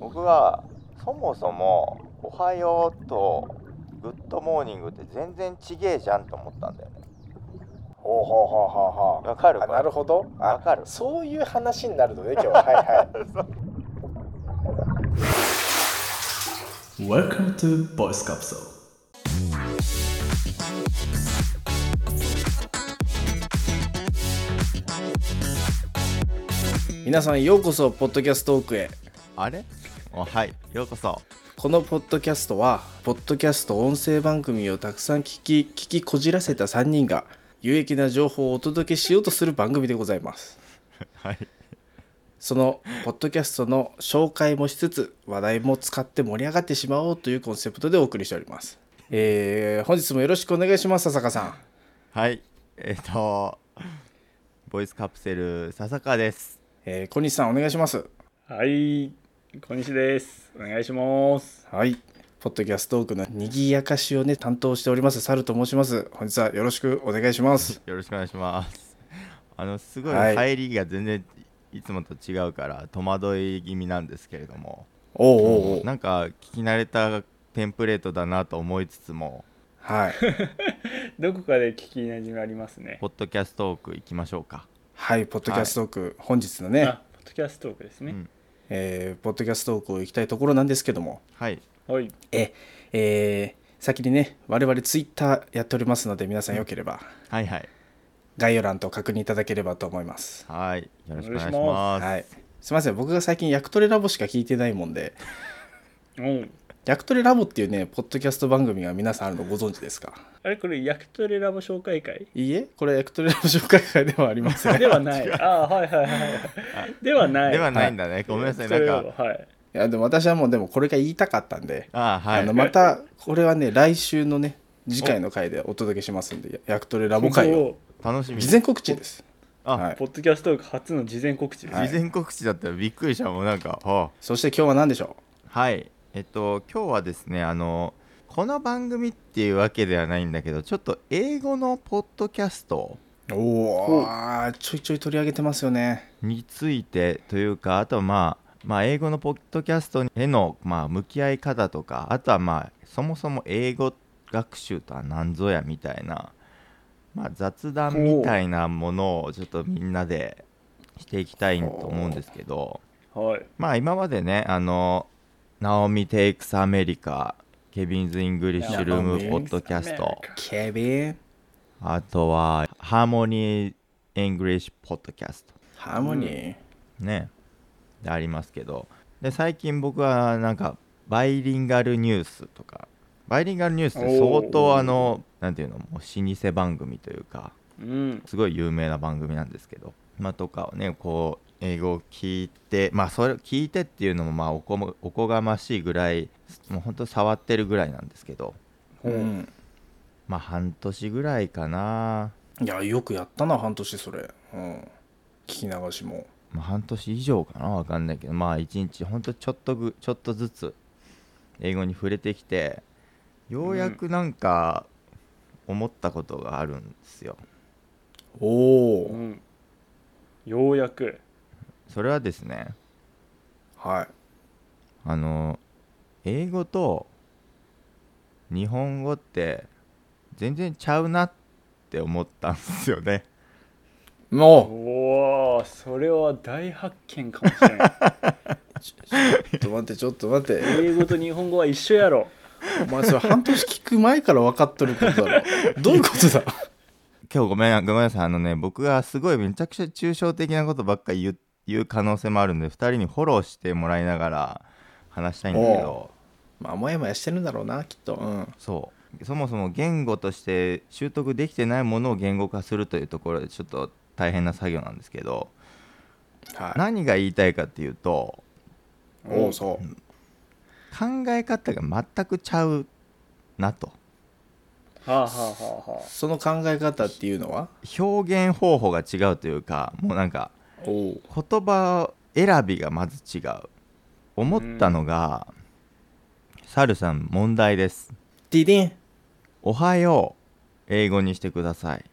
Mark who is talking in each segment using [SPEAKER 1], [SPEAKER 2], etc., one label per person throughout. [SPEAKER 1] 僕はそもそも「おはよう」と「グッドモーニング」って全然ちげえじゃんと思ったんだよね
[SPEAKER 2] ほうほうほうほうほう
[SPEAKER 1] わかる
[SPEAKER 2] あなるほどあ
[SPEAKER 1] わかる
[SPEAKER 2] そういう話になるのね今日ははいはい
[SPEAKER 3] Welcome to Voice Capsule.
[SPEAKER 4] 皆さんようこそポッドキャストオークへ
[SPEAKER 1] あれおはいようこそ
[SPEAKER 4] このポッドキャストはポッドキャスト音声番組をたくさん聞き聞きこじらせた3人が有益な情報をお届けしようとする番組でございます
[SPEAKER 1] はい
[SPEAKER 4] そのポッドキャストの紹介もしつつ話題も使って盛り上がってしまおうというコンセプトでお送りしておりますえー、本日もよろしくお願いします笹香さん
[SPEAKER 1] はいえっ、とボイスカプセル笹川です
[SPEAKER 4] えー、小西さんお願いします
[SPEAKER 5] はい、小西です。お願いします。
[SPEAKER 4] はいポッドキャストオークのにぎやかしをね担当しております猿と申します本日はよろしくお願いします
[SPEAKER 1] よろしくお願いしますあのすごい
[SPEAKER 4] はい
[SPEAKER 1] 入りが全然いつもと違うから戸惑い気味なんですけれども
[SPEAKER 4] おうおうおう
[SPEAKER 1] なんか聞き慣れたテンプレートだなと思いつつも
[SPEAKER 4] はい
[SPEAKER 5] どこかで聞きなじみありますね。
[SPEAKER 1] ポッドキャストオーク行きましょうか
[SPEAKER 4] はい、ポッドキャストオーク、本日のね
[SPEAKER 5] あ、、ポッドキャストトークですね。
[SPEAKER 4] えーポッドキャストオークを行きたいところなんですけども、
[SPEAKER 1] はい
[SPEAKER 5] はい、
[SPEAKER 4] え、えー先にね、我々ツイッターやっておりますので、皆さんよければ、
[SPEAKER 1] はいはい
[SPEAKER 4] 概要欄と確認いただければと思います。
[SPEAKER 1] はいよろしくお願いし
[SPEAKER 5] お
[SPEAKER 1] ま
[SPEAKER 5] 願
[SPEAKER 1] す
[SPEAKER 4] はい。すみません、僕が最近、ヤクトレラボしか聞いてないもんで、
[SPEAKER 5] おう
[SPEAKER 4] ヤクトレラボっていうね、ポッドキャスト番組が皆さんあるのご存知ですか
[SPEAKER 5] あれこれヤクトレラボ紹 介会
[SPEAKER 4] いいえ、これ、ヤクトレラボ紹介会ではありません。い
[SPEAKER 5] ではない。あーはいはいはい。ではない。
[SPEAKER 1] ではないんだね、ごめんなさいなん
[SPEAKER 5] ヤ
[SPEAKER 1] か
[SPEAKER 5] クトレラボはい。
[SPEAKER 4] や、でも私はもう、でもこれが言いたかったんで、
[SPEAKER 1] あーは
[SPEAKER 4] あ
[SPEAKER 1] い
[SPEAKER 4] のまた、これはね、来週のね、次回の回でお届けしますんで、ヤクトレラボ会を。
[SPEAKER 5] おう
[SPEAKER 1] 楽しみ
[SPEAKER 4] 事前告知です。
[SPEAKER 1] あ、
[SPEAKER 4] はい
[SPEAKER 5] ポッドキャストトーク初の事前告知です。
[SPEAKER 4] はい
[SPEAKER 1] 事前告知だったらびっくりしたもんなんかあ
[SPEAKER 4] そして今日は何でしょ
[SPEAKER 1] はいえっと今日はですねあのこの番組っていうわけではないんだけどちょっと英語のポッドキャスト
[SPEAKER 4] うおおちょいちょい取り上げてますよね。
[SPEAKER 1] についてというかあとはまあまあ英語のポッドキャストへのまあ向き合い方とかあとはまあそもそも英語学習とは何ぞやみたいな、まあ、雑談みたいなものをちょっとみんなでしていきたいと思うんですけど
[SPEAKER 5] はい。
[SPEAKER 1] まあ今までねあの「ナオミ・テイクス・アメリカ」「ケビンズ・イングリッシュ・ルーム・ポッドキャスト」
[SPEAKER 4] ケビン、
[SPEAKER 1] あとは「ハーモニー・イングリッシュ・ポッドキャスト」
[SPEAKER 4] ハーモニー。
[SPEAKER 1] ねでありますけどで最近僕はなんかバイリンガルニュースとかバイリンガルニュースって相当あのなんていうのもう老舗番組というか
[SPEAKER 5] うん。
[SPEAKER 1] すごい有名な番組なんですけどまあとかをねこう英語を聞いてまあそれ聞いてっていうのもまあおこもおこがましいぐらいもうほんと触ってるぐらいなんですけど
[SPEAKER 4] うん。
[SPEAKER 1] まあ半年ぐらいかな、
[SPEAKER 4] いや、よくやったな、半年それ。うん。聞き流しも。
[SPEAKER 1] まあ、半年以上かなわかんないけどまあ一日ほんとちょっとぐちょっとずつ英語に触れてきてようやくなんか思ったことがあるんですよ。
[SPEAKER 4] お
[SPEAKER 5] う
[SPEAKER 4] お。
[SPEAKER 5] ん。ようやく。
[SPEAKER 1] それはですね
[SPEAKER 4] はい。
[SPEAKER 1] あの英語と日本語って全然ちゃうなって思ったんですよね。
[SPEAKER 4] も
[SPEAKER 5] おお、それは大発見かもしれない。
[SPEAKER 4] う。ちょっと待って、ちょっと待って。
[SPEAKER 5] 英語と日本語は一緒やろ。
[SPEAKER 4] お前、それ半年聞く前から分かっとることだろ。どういうことだ。
[SPEAKER 1] 今日ごめんごめんなさいあのね僕がすごいめちゃくちゃ抽象的なことばっかり言う言う可能性もあるんで2人にフォローしてもらいながら話したいんだけど
[SPEAKER 4] まあ、もやもやしてるんだろうな、きっと。うん。
[SPEAKER 1] そうそもそも言語として習得できてないものを言語化するというところでちょっと大変な作業なんですけど
[SPEAKER 4] は
[SPEAKER 1] 何が言いたいかっていうと
[SPEAKER 4] い。おお、そう。
[SPEAKER 1] 考え方が全くちゃうなと
[SPEAKER 5] はあ、はあはあはあ、
[SPEAKER 4] その考え方っていうのは。
[SPEAKER 1] 表現方法が違うというかもうなんか
[SPEAKER 4] おお。
[SPEAKER 1] 言葉選びがまず違う思ったのが、サルさん問題です
[SPEAKER 4] ディディン。
[SPEAKER 1] おはよう英語にしてください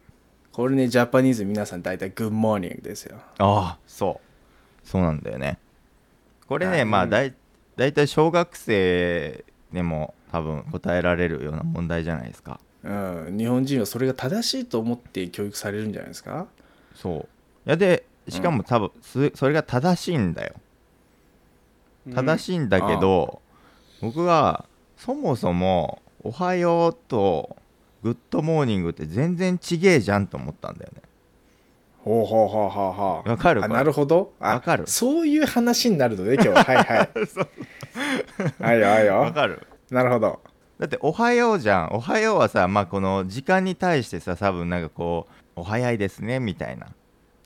[SPEAKER 4] これね、ジャパニーズ皆さん大体グッドモーニングですよ。
[SPEAKER 1] ああそうそうなんだよねこれね、
[SPEAKER 4] はい
[SPEAKER 1] まあ
[SPEAKER 5] うん
[SPEAKER 1] 大大体小学生でも多分答えられるような問題じゃないですか
[SPEAKER 4] うん、日本人はそれが正しいと思って教育されるんじゃないですか
[SPEAKER 1] そういやでしかも多分、すそれが正しいんだよ正
[SPEAKER 5] しい。
[SPEAKER 1] しいんだけど、僕はそもそも「おはよう」と「グッドモーニング」って全然ちげえじゃんと思ったんだよね
[SPEAKER 4] ほうほうほうほうほう
[SPEAKER 1] わかるこ
[SPEAKER 4] あ
[SPEAKER 1] れ
[SPEAKER 4] なるほどあ
[SPEAKER 1] わかる
[SPEAKER 4] そういう話になるの ね今日ははいはいはいよはい
[SPEAKER 1] わ
[SPEAKER 4] よ
[SPEAKER 1] かる
[SPEAKER 4] なるほど
[SPEAKER 1] だって「おはよう」じゃん「おはよう」はさまあこの時間に対してさ多分なんかこう「お早いですね」みたいな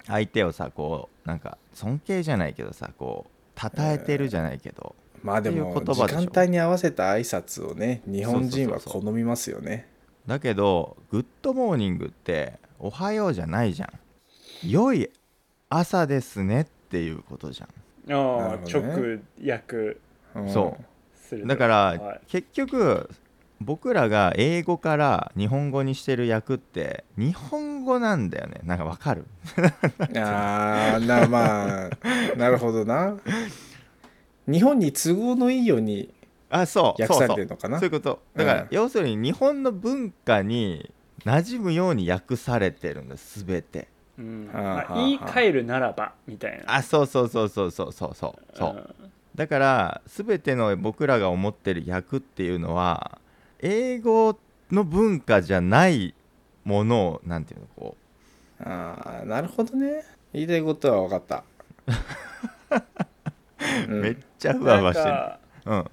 [SPEAKER 1] 相手をさこうなんか尊敬じゃないけどさこう称えてるじゃないけど、
[SPEAKER 4] まあで
[SPEAKER 1] ってい
[SPEAKER 4] も
[SPEAKER 1] う言
[SPEAKER 4] 時
[SPEAKER 1] 葉でしょ
[SPEAKER 4] 間帯に合わせた挨拶をね日本人は
[SPEAKER 1] そうそ
[SPEAKER 4] 好
[SPEAKER 1] う
[SPEAKER 4] みますよね
[SPEAKER 1] だけど「グッドモーニング」って「おはよう」じゃないじゃん「良い朝ですね」っていうことじゃん
[SPEAKER 5] ああ、
[SPEAKER 4] なるほど
[SPEAKER 5] 直訳
[SPEAKER 4] ん
[SPEAKER 1] そ
[SPEAKER 5] する
[SPEAKER 1] う
[SPEAKER 5] と。
[SPEAKER 1] だから、
[SPEAKER 5] はい
[SPEAKER 1] 結局僕らが英語から日本語にしてる役って日本語なんだよねなんかわかる
[SPEAKER 4] あーなまあなるほどな日本に都合のいいように
[SPEAKER 1] あそう
[SPEAKER 4] 訳されて
[SPEAKER 1] そう
[SPEAKER 4] るのか
[SPEAKER 1] そう
[SPEAKER 4] な
[SPEAKER 1] そういうことだから、
[SPEAKER 4] うん
[SPEAKER 1] 要するに日本の文化に馴染むように訳されてるんだ全て
[SPEAKER 5] うん
[SPEAKER 4] はあ
[SPEAKER 5] ま
[SPEAKER 4] はあ
[SPEAKER 5] あ
[SPEAKER 4] はあ
[SPEAKER 5] 言い換えるならばみたいな。
[SPEAKER 1] あそうそうそうそうそうそうそうそうだから全ての僕らが思ってる役っていうのは英語の文化じゃないものをなんていうのこ
[SPEAKER 4] あーなるほどね言いたいことは分 かった、う
[SPEAKER 1] う、
[SPEAKER 4] ん
[SPEAKER 1] めっちゃ
[SPEAKER 5] う
[SPEAKER 1] ふ
[SPEAKER 5] ん。
[SPEAKER 1] わふ
[SPEAKER 5] な
[SPEAKER 1] わ
[SPEAKER 5] ん
[SPEAKER 1] してる、
[SPEAKER 5] か
[SPEAKER 1] うん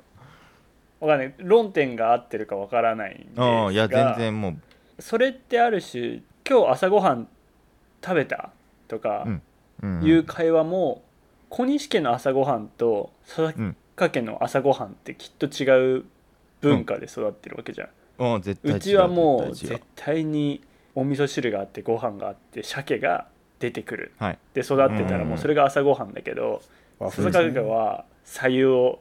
[SPEAKER 5] わかんない。論点が合ってるかわからないんです
[SPEAKER 1] う
[SPEAKER 5] が。
[SPEAKER 1] ん、いや全然もう
[SPEAKER 5] それってある種今日朝ごはん食べたとか
[SPEAKER 1] うんうん
[SPEAKER 5] いう会話も、小西家の朝ごはんと佐々木家の朝ごはんってきっと違う文化で育ってるわけじゃん、
[SPEAKER 1] うん絶対
[SPEAKER 5] うちはもう
[SPEAKER 1] 絶対違
[SPEAKER 5] 絶対にお味噌汁があってご飯があって鮭が出てくる
[SPEAKER 1] はい
[SPEAKER 5] で育ってたらもうそれが朝ごはんだけど、
[SPEAKER 4] 和
[SPEAKER 5] 佐々木家は白湯を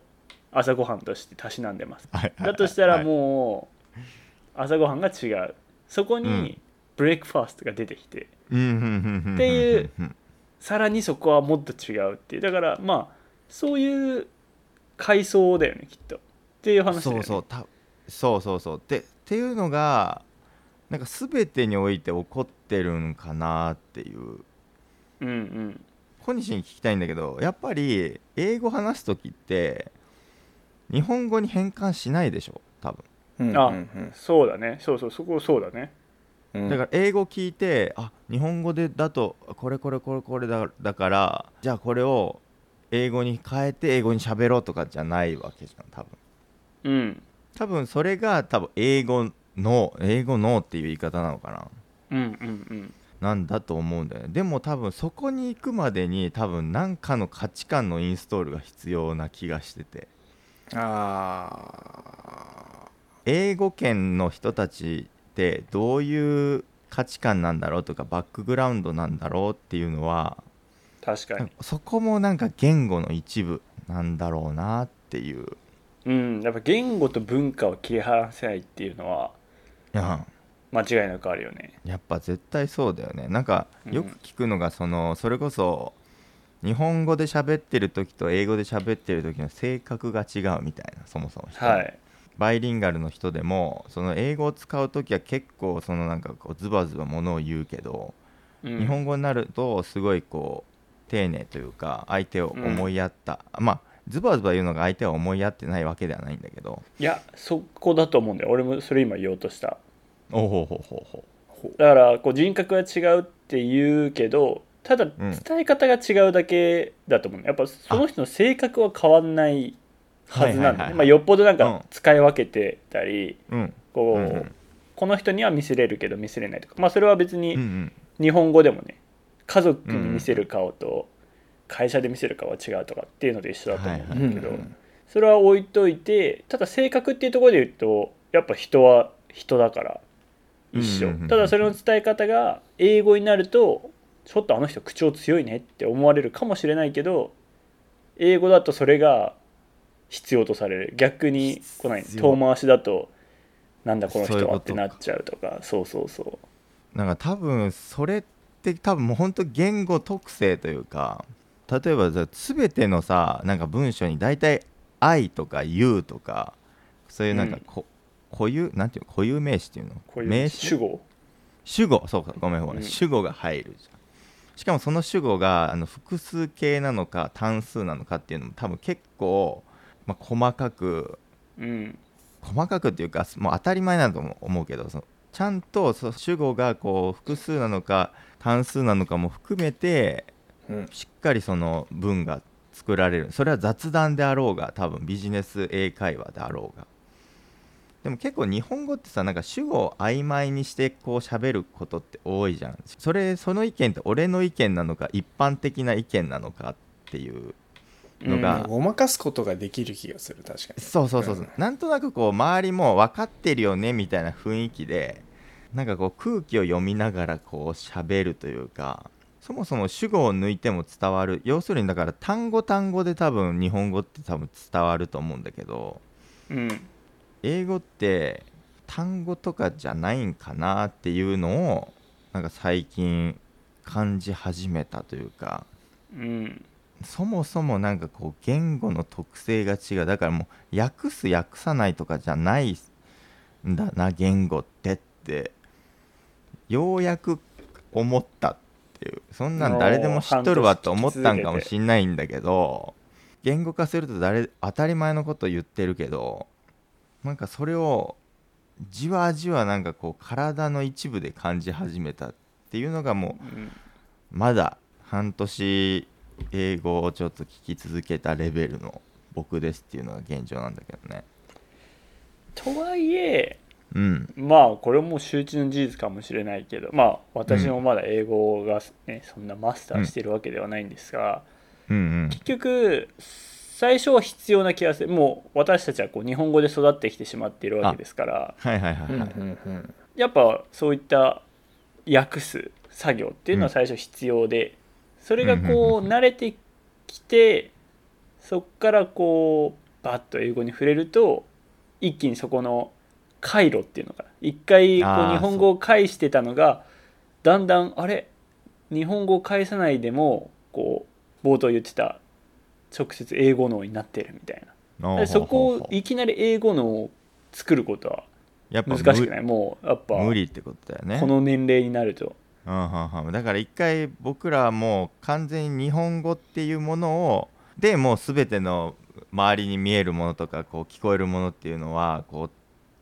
[SPEAKER 5] 朝ごはんとしてたしなんでます
[SPEAKER 1] はい
[SPEAKER 5] だとしたら
[SPEAKER 1] う、
[SPEAKER 5] もう朝ごはんが違うそこ
[SPEAKER 1] う
[SPEAKER 5] に
[SPEAKER 1] ん
[SPEAKER 5] ブレックファーストが出てきて
[SPEAKER 1] っ
[SPEAKER 5] っていう
[SPEAKER 1] うん
[SPEAKER 5] さらにそこはもっと違うっていうだからまあそういう階層だよねきっとっていう話だよ
[SPEAKER 1] そ
[SPEAKER 5] ね
[SPEAKER 1] うそうたそうそうそうでっていうのがなんか全てにおいて起こってるんかなっていう
[SPEAKER 5] うんうん
[SPEAKER 1] 小西に聞きたいんだけどやっぱり英語話す時って日本語に変換しないでしょ多分
[SPEAKER 4] うん
[SPEAKER 5] あ
[SPEAKER 4] うん
[SPEAKER 5] そうだねそうそうそこそうだね
[SPEAKER 4] うん
[SPEAKER 1] だから英語聞いてあ日本語でだとこれこれこれこれだだからじゃあこれを英語に変えて英語に喋ろうとかじゃないわけじゃん多分
[SPEAKER 5] うん
[SPEAKER 1] 多分それが多分英語の英語のっていう言い方なのかな
[SPEAKER 5] うんうんうん
[SPEAKER 1] なんだと思うんだよねでも多分そこに行くまでに多分何かの価値観のインストールが必要な気がしてて
[SPEAKER 4] あ
[SPEAKER 1] 英語圏の人たちってどういう価値観なんだろうとかバックグラウンドなんだろうっていうのは
[SPEAKER 5] 確かに
[SPEAKER 1] そこもなんか言語の一部なんだろうなっていう、
[SPEAKER 5] うんやっぱ言語と文化を切り離せないっていうのは
[SPEAKER 1] うん
[SPEAKER 5] 間違いなくあるよね
[SPEAKER 1] やっぱ絶対そうだよねなんか
[SPEAKER 5] うん
[SPEAKER 1] よく聞くのがそのそれこそ日本語で喋ってる時と英語で喋ってる時の性格が違うみたいなそもそも人の
[SPEAKER 5] はい
[SPEAKER 1] バイリンガルの人でもその英語を使う時は結構そのなんかこうズバズバものを言うけど、
[SPEAKER 5] うん
[SPEAKER 1] 日本語になるとすごいこう丁寧というか相手を思いやった、まあズバズバ言うのが相手は思いやってないわけではないんだけど
[SPEAKER 5] いやそこだと思うんだよ俺もそれ今言おうとした
[SPEAKER 1] おほほほほ
[SPEAKER 5] だからこう人格が違うって言うけどただ
[SPEAKER 1] ん
[SPEAKER 5] 伝え方が違うだけだと思うねやっぱその人の性格は変わんないはずな
[SPEAKER 1] はいはいは
[SPEAKER 5] んだ
[SPEAKER 1] いは
[SPEAKER 5] ね
[SPEAKER 1] い
[SPEAKER 5] まあよっぽどなん
[SPEAKER 1] う
[SPEAKER 5] か
[SPEAKER 1] ん
[SPEAKER 5] 使い分けてたり
[SPEAKER 1] うん
[SPEAKER 5] こ
[SPEAKER 1] うんう
[SPEAKER 5] うんこの人には見せれるけど見せれないとかまあそれは別
[SPEAKER 1] うんう
[SPEAKER 5] に
[SPEAKER 1] ん
[SPEAKER 5] 日本語でもね家族に見せる顔と会社で見せる顔は違うとかっていうので一緒だと思
[SPEAKER 4] あ
[SPEAKER 1] は
[SPEAKER 5] う
[SPEAKER 1] い
[SPEAKER 5] ん
[SPEAKER 1] は
[SPEAKER 5] だ
[SPEAKER 1] い
[SPEAKER 5] け
[SPEAKER 1] は
[SPEAKER 5] ど
[SPEAKER 1] い
[SPEAKER 5] それは置いといてただ性格っていうところで言うとやっぱ人は人だから一
[SPEAKER 1] うんうんうんう
[SPEAKER 5] 緒
[SPEAKER 1] ん
[SPEAKER 5] ただそれの伝え方が英語になるとちょっとあの人口調強いねって思われるかもしれないけど英語だとそれが必要とされる逆に来ない
[SPEAKER 1] 必要
[SPEAKER 5] 遠回しだとなんだこの人
[SPEAKER 1] そういう
[SPEAKER 5] は
[SPEAKER 1] こ
[SPEAKER 5] って
[SPEAKER 1] と
[SPEAKER 5] なっちゃうとかそうそうそう
[SPEAKER 1] なんか多分それって多分もう本当言語特性というか例えばじゃあ全てのさなんか文章に大体愛とか優とかそういうなんかこ、固有なんていうの固有名詞っていうの
[SPEAKER 5] こうい
[SPEAKER 1] 名
[SPEAKER 5] う
[SPEAKER 1] 詞
[SPEAKER 5] 主語
[SPEAKER 1] 主語そうかごめんごめん、
[SPEAKER 5] うん
[SPEAKER 1] 主語が入るじゃんしかもその主語があの複数形なのか単数なのかっていうのも多分結構、まあ、細かく
[SPEAKER 5] うん
[SPEAKER 1] 細かくっていうかもう当たり前だと思う思うけどそのちゃんとその主語がこう複数なのか単数なのかも含めて
[SPEAKER 4] うん
[SPEAKER 1] しっかりその文が作られるそれは雑談であろうが多分ビジネス英会話であろうがでも結構日本語ってさなんか主語を曖昧にしてこう喋ることって多いじゃんそれその意見って俺の意見なのか一般的な意見なのかっていうのが
[SPEAKER 4] ごまかすことができる気がする確かに
[SPEAKER 1] そうそうそうそう、なんとなくこう周りも分かってるよねみたいな雰囲気でなんかこう空気を読みながらこう喋るというかそもそも主語を抜いても伝わる要するにだから単語単語で多分日本語って多分伝わると思うんだけど
[SPEAKER 5] うん
[SPEAKER 1] 英語って単語とかじゃないんかなっていうのをなんか最近感じ始めたというか
[SPEAKER 5] うん
[SPEAKER 1] そもそもなんかこう言語の特性が違うだからもう訳す訳さないとかじゃないんだな言語ってってようやく思ったっていうそんなん誰でも知っとるわと思ったんかもしんないんだけど言語化すると誰当たり前のこと言ってるけどなんかそれをじわじわなんかこう体の一部で感じ始めたっていうのがもう
[SPEAKER 5] うん
[SPEAKER 1] まだ半年英語をちょっと聞き続けたレベルの僕ですっていうのが現状なんだけどね
[SPEAKER 5] とはいえ
[SPEAKER 1] うん
[SPEAKER 5] まあこれも周知の事実かもしれないけどまあ私もまだ英語が、ねそんなマスターしてるわけではないんですが、
[SPEAKER 1] うんうん
[SPEAKER 5] 結局最初は必要な気がするもう私たちはこう日本語で育ってきてしまっているわけですから
[SPEAKER 1] はいはいはいはい、
[SPEAKER 4] うんうん
[SPEAKER 5] やっぱそういった訳す作業っていうのは最初必要で、それがこう慣れてきてそっからこうバッと英語に触れると一気にそこの回路っていうのかな一回こ
[SPEAKER 1] あ
[SPEAKER 5] う
[SPEAKER 1] ー
[SPEAKER 5] 日本語を返してたのがだんだんあれ日本語を返さないでもこう冒頭言ってた直接英語能になってるみたい
[SPEAKER 1] おう
[SPEAKER 5] な
[SPEAKER 1] ほう
[SPEAKER 5] でそこ
[SPEAKER 1] ほうほ
[SPEAKER 5] を
[SPEAKER 1] う
[SPEAKER 5] いきなり英語能を作ることは
[SPEAKER 1] やっぱ
[SPEAKER 5] 難
[SPEAKER 1] 無
[SPEAKER 5] しくないもうやっぱ
[SPEAKER 1] 無理ってことだよね
[SPEAKER 5] この年齢になると
[SPEAKER 1] うんうんうんだから一回僕らはもう完全に日本語っていうものをでもう全ての周りに見えるものとかこう聞こえるものっていうのはこう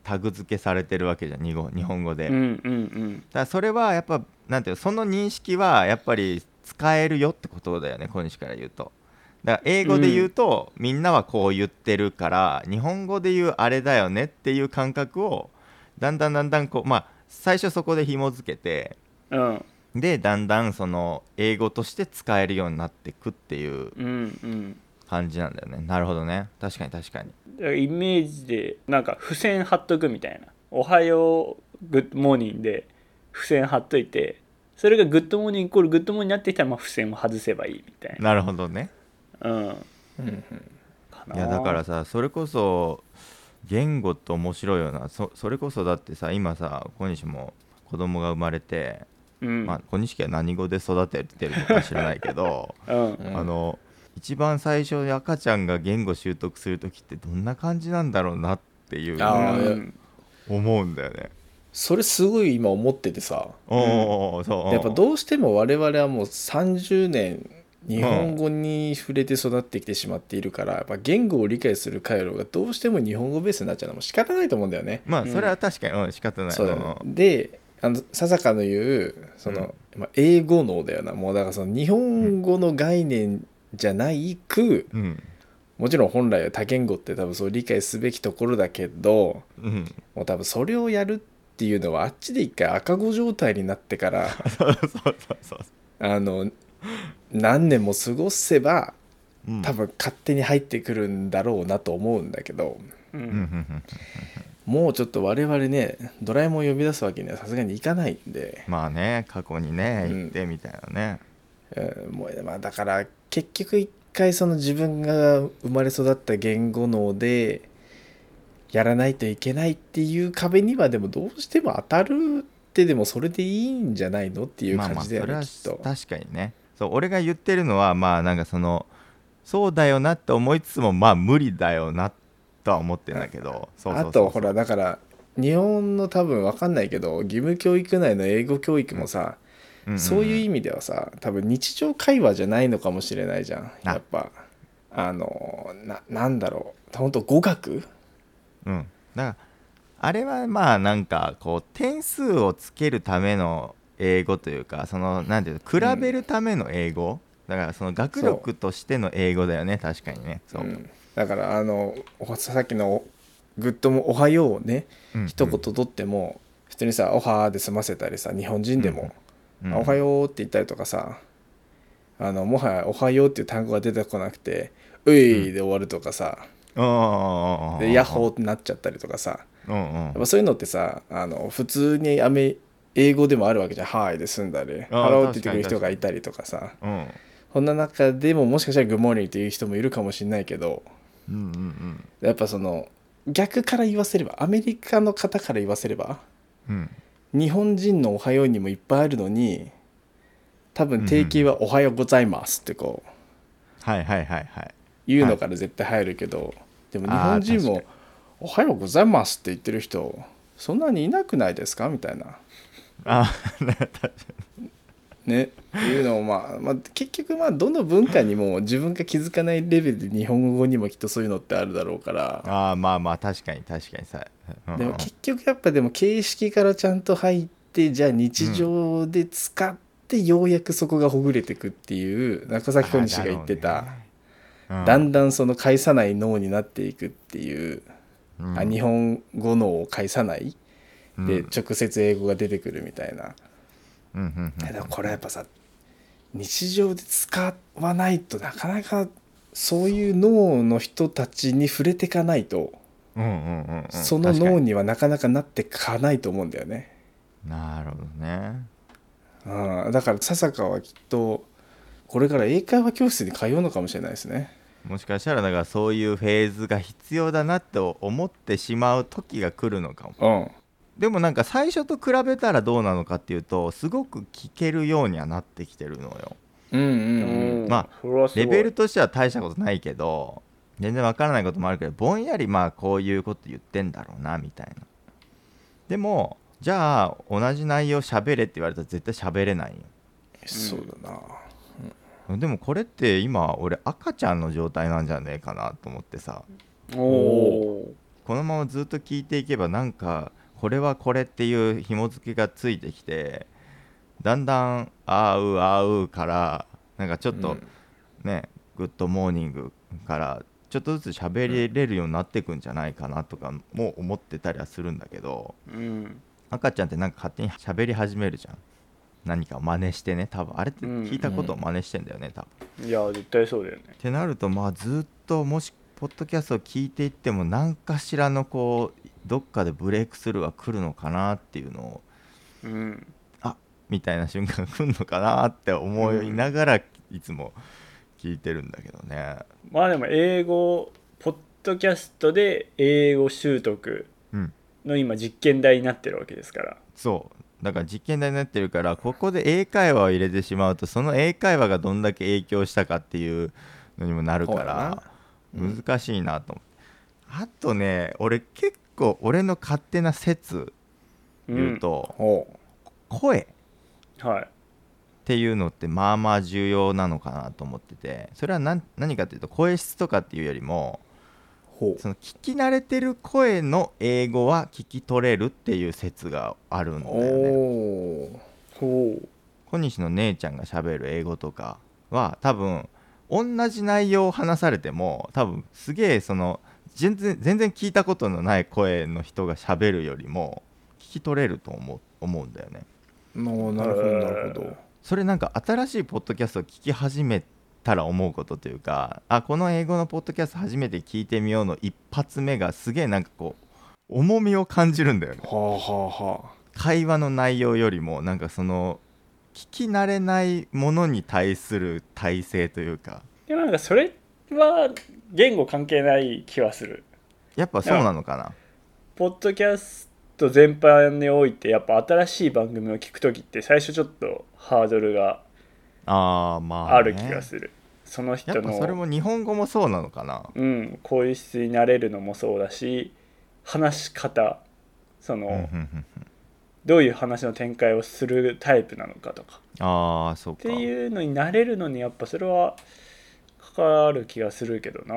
[SPEAKER 1] タグ付けされてるわけじゃん日本日本語で、
[SPEAKER 5] うんうん
[SPEAKER 1] だからそれはやっぱなんていうのその認識はやっぱり使えるよってことだよね小西から言うとだから英語で言うと、みんなはこう言ってるから日本語で言うあれだよねっていう感覚をだんだんだんだんこうまあ最初そこで紐付けて
[SPEAKER 5] うんうん
[SPEAKER 1] でだんだんその英語として使えるようになってくっていう
[SPEAKER 5] うん
[SPEAKER 1] 感じなんだよねなるほどね確かに確かに
[SPEAKER 5] うんだからイメージでなんか付箋貼っとくみたいな「おはよう」「グッドモーニング」で付箋貼っといてそれがグッドモーニングイコールグッドモーニングになってきたらまあ付箋を外せばいいみたい
[SPEAKER 1] なるほどね
[SPEAKER 5] なうん
[SPEAKER 4] うん
[SPEAKER 5] かないい
[SPEAKER 1] やだからさそれこそ言語って面白いよなそそれこそだってさ今さ小西も子供が生まれて、
[SPEAKER 5] うん、
[SPEAKER 1] まあ、小西家は何語で育ててるのか知らないけど、
[SPEAKER 5] うん
[SPEAKER 4] うん
[SPEAKER 1] あの一番最初に赤ちゃんが言語習得する時ってどんな感じなんだろうなっていう
[SPEAKER 4] あー
[SPEAKER 5] うん
[SPEAKER 1] 思うんだよね。
[SPEAKER 4] それすごい今思っててさ
[SPEAKER 1] おーおーおーそう
[SPEAKER 4] やっぱどうしても我々はもう30年日本語に触れて育ってきてしまっているから、やっぱ言語を理解する回路がどうしても日本語ベースになっちゃうのはもう仕方ないと思うんだよね。
[SPEAKER 1] まあそれは確かに、うん、仕方ない
[SPEAKER 4] そうだね
[SPEAKER 1] の、
[SPEAKER 4] であのささかの言うその、まあ英語能だよなもうだからその日本語の概念じゃないく、
[SPEAKER 1] うん
[SPEAKER 4] もちろん本来は多言語って多分そう理解すべきところだけど
[SPEAKER 1] うん、
[SPEAKER 4] もう多分それをやるっていうのはあっちで一回赤子状態になってから。
[SPEAKER 1] そうそうそうそう、
[SPEAKER 4] あの何年も過ごせば
[SPEAKER 1] うん、
[SPEAKER 4] 多分勝手に入ってくるんだろうなと思うんだけど、
[SPEAKER 5] う
[SPEAKER 1] うんうん
[SPEAKER 5] ん
[SPEAKER 1] うん
[SPEAKER 4] もうちょっと我々ねドラえもんを呼び出すわけにはさすがにいかないんで、
[SPEAKER 1] まあね過去にね行ってみたいなね、
[SPEAKER 4] えーもうまあ、だから結局一回その自分が生まれ育った言語能でやらないといけないっていう壁にはでもどうしても当たるってでもそれでいいんじゃないのっていう感じだよね、
[SPEAKER 1] まあまあ
[SPEAKER 4] きっと
[SPEAKER 1] それは確かにねそう俺が言ってるのはまあなんかそのそうだよなって思いつつもまあ無理だよなとは思ってんだけどそうそうそう
[SPEAKER 4] あとほらだから日本の多分わかんないけど義務教育内の英語教育もさ、
[SPEAKER 1] うんん
[SPEAKER 4] そういう意味ではさ多分日常会話じゃないのかもしれないじゃん
[SPEAKER 1] あ
[SPEAKER 4] やっぱあのななんだろう本当語学
[SPEAKER 1] うんだからあれはまあなんかこう点数をつけるための英語というかそのなんていうの比べるための英語、だからその学力としての英語だよね確かにねそう、
[SPEAKER 4] ん、だからあのおさっきの「グッドも「おはよう」ね
[SPEAKER 1] うん
[SPEAKER 4] 一言取っても普通にさ「おはー」で済ませたりさ日本人でも「
[SPEAKER 1] うん
[SPEAKER 4] あおはよう」って言ったりとかさあのもはや「おはよう」っていう単語が出てこなくて「うい」で終わるとかさ
[SPEAKER 1] うんうんうんうん
[SPEAKER 4] で「ヤッホー」ってなっちゃったりとかさ
[SPEAKER 1] うんうん
[SPEAKER 4] やっぱそういうのってさあの普通にアメ英語でもあるわけじゃん「はーい」で済んだり「
[SPEAKER 1] あー
[SPEAKER 4] ハロー」って言ってくる
[SPEAKER 1] 確かに
[SPEAKER 4] 人がいたりとかさ
[SPEAKER 1] うん
[SPEAKER 4] そんな中でももしかしたら「グッモーニング」っていう人もいるかもしれないけど
[SPEAKER 1] うんうん
[SPEAKER 4] やっぱその逆から言わせればアメリカの方から言わせれば
[SPEAKER 1] うんうん
[SPEAKER 4] 日本人の「おはよう」にもいっぱいあるのに多分定型は「おはようございます」ってこう
[SPEAKER 1] はいはいはいはい
[SPEAKER 4] 言うのから絶対入るけど、でも日本人
[SPEAKER 1] あー
[SPEAKER 4] も「おはようございます」って言ってる人そんなにいなくないですかみたいな
[SPEAKER 1] あ確かに
[SPEAKER 4] ねいうのをまあ、まあ、結局まあどの文化にも自分が気づかないレベルで日本語にもきっとそういうのってあるだろうから。
[SPEAKER 1] あーまあまあ確かに確かにさ、うんうん
[SPEAKER 4] でも結局やっぱでも形式からちゃんと入ってじゃあ日常で使ってようやくそこがほぐれてくっていう中崎小西が言ってた、
[SPEAKER 1] うん
[SPEAKER 4] だんだんその返さない脳になっていくっていう、
[SPEAKER 1] うん
[SPEAKER 4] あ日本語脳を返さない
[SPEAKER 1] うん
[SPEAKER 4] で直接英語が出てくるみたいな、
[SPEAKER 1] うんうんうん
[SPEAKER 4] でもこれやっぱさ日常で使わないとなかなかそういう脳の人たちに触れてかないと
[SPEAKER 1] うんうんうんうん
[SPEAKER 4] その
[SPEAKER 1] 確か
[SPEAKER 4] 脳
[SPEAKER 1] に
[SPEAKER 4] にはなかなかなってかないと思うんだよね。
[SPEAKER 1] なるほどね
[SPEAKER 4] うんだから笹香はきっとこれから英会話教室に通うのかもしれないですね
[SPEAKER 1] もしかしたらだからそういうフェーズが必要だなって思ってしまう時が来るのかも
[SPEAKER 4] うん
[SPEAKER 1] でもなんか最初と比べたらどうなのかっていうとすごく聞けるようにはなってきてるのよ
[SPEAKER 4] うんうんうん
[SPEAKER 1] まあ
[SPEAKER 5] あレ
[SPEAKER 1] レベルとしては大したことないけど全然わからないこともあるけどぼんやりまあこういうこと言ってんだろうなみたいなでもじゃあ同じ内容喋れって言われたら絶対喋れない
[SPEAKER 4] そうだな
[SPEAKER 1] よでもこれって今俺赤ちゃんの状態なんじゃねえかなと思ってさ
[SPEAKER 5] おお
[SPEAKER 1] このままずっと聞いていけばなんかこれはこれっていう紐付けがついてきてだんだん「あーうあーう」からなんかちょっ
[SPEAKER 4] う
[SPEAKER 1] と
[SPEAKER 4] ん
[SPEAKER 1] ね「グッドモーニング」からちょっとずつ喋れるようになってくんじゃないかなとかも思ってたりはするんだけど
[SPEAKER 5] うん
[SPEAKER 1] 赤ちゃんってなんか勝手に喋り始めるじゃん何かを真似してね多分あれって聞いたことを真似してんだよね多分。
[SPEAKER 5] いや絶対そうだよね
[SPEAKER 1] ってなるとまあずっともしポッドキャストを聞いていっても何かしらのこうどっかでブレイクスルーは来るのかなっていうのを
[SPEAKER 5] うん
[SPEAKER 1] あみたいな瞬間が来るのかなって思いながらいつも聞いてるんだけどね。
[SPEAKER 5] まあでも英語ポッドキャストで英語習得
[SPEAKER 1] うん、
[SPEAKER 5] の今実験台になってるわけですから
[SPEAKER 1] そうだから実験台になってるからここで英会話を入れてしまうとその英会話がどんだけ影響したかっていうのにもなるから
[SPEAKER 4] そうやなうん
[SPEAKER 1] 難しいなと思って、あとね俺結構俺の勝手な説言うと、
[SPEAKER 4] おう
[SPEAKER 1] 声っ
[SPEAKER 5] はい
[SPEAKER 1] ていうのってまあまあ重要なのかなと思っててそれは何何かっていうと声質とかっていうよりも
[SPEAKER 4] ほう
[SPEAKER 1] その聞き慣れてる声の英語は聞き取れるっていう説があるんだよね。
[SPEAKER 4] おう
[SPEAKER 5] ほう
[SPEAKER 1] 小西の姉ちゃんが喋る英語とかは多分同じ内容を話されても多分すげえその全然全然聞いたことのない声の人が喋るよりも聞き取れると思う思うんだよね。
[SPEAKER 4] おうなるほどなるほど
[SPEAKER 1] それなんか新しいポッドキャストを聞き始めたら思うことというかあこの英語のポッドキャスト初めて聞いてみようの一発目がすげえなんかこう重みを感じるんだよね
[SPEAKER 4] はあはあは
[SPEAKER 1] 会話の内容よりもなんかその聞き慣れないものに対する体制というか
[SPEAKER 5] でもなんかそれは言語関係ない気はする
[SPEAKER 1] やっぱそうなのかな
[SPEAKER 5] ポッドキャスト全般においてやっぱ新しい番組を聞く時って最初ちょっとハードルが
[SPEAKER 1] あーまあ、ね、
[SPEAKER 5] ある気がする、その
[SPEAKER 1] やっ
[SPEAKER 5] 人
[SPEAKER 1] ぱそれ
[SPEAKER 5] の、
[SPEAKER 1] も日本語もそうなのかな
[SPEAKER 5] うん、こういう質になれるのもそうだし話し方その、
[SPEAKER 1] うんうんうんうん
[SPEAKER 5] どういう話の展開をするタイプなのかとか
[SPEAKER 1] ああそっ
[SPEAKER 5] っ
[SPEAKER 1] か
[SPEAKER 5] ていうのに慣れるのにやっぱそれはかかる気がするけどな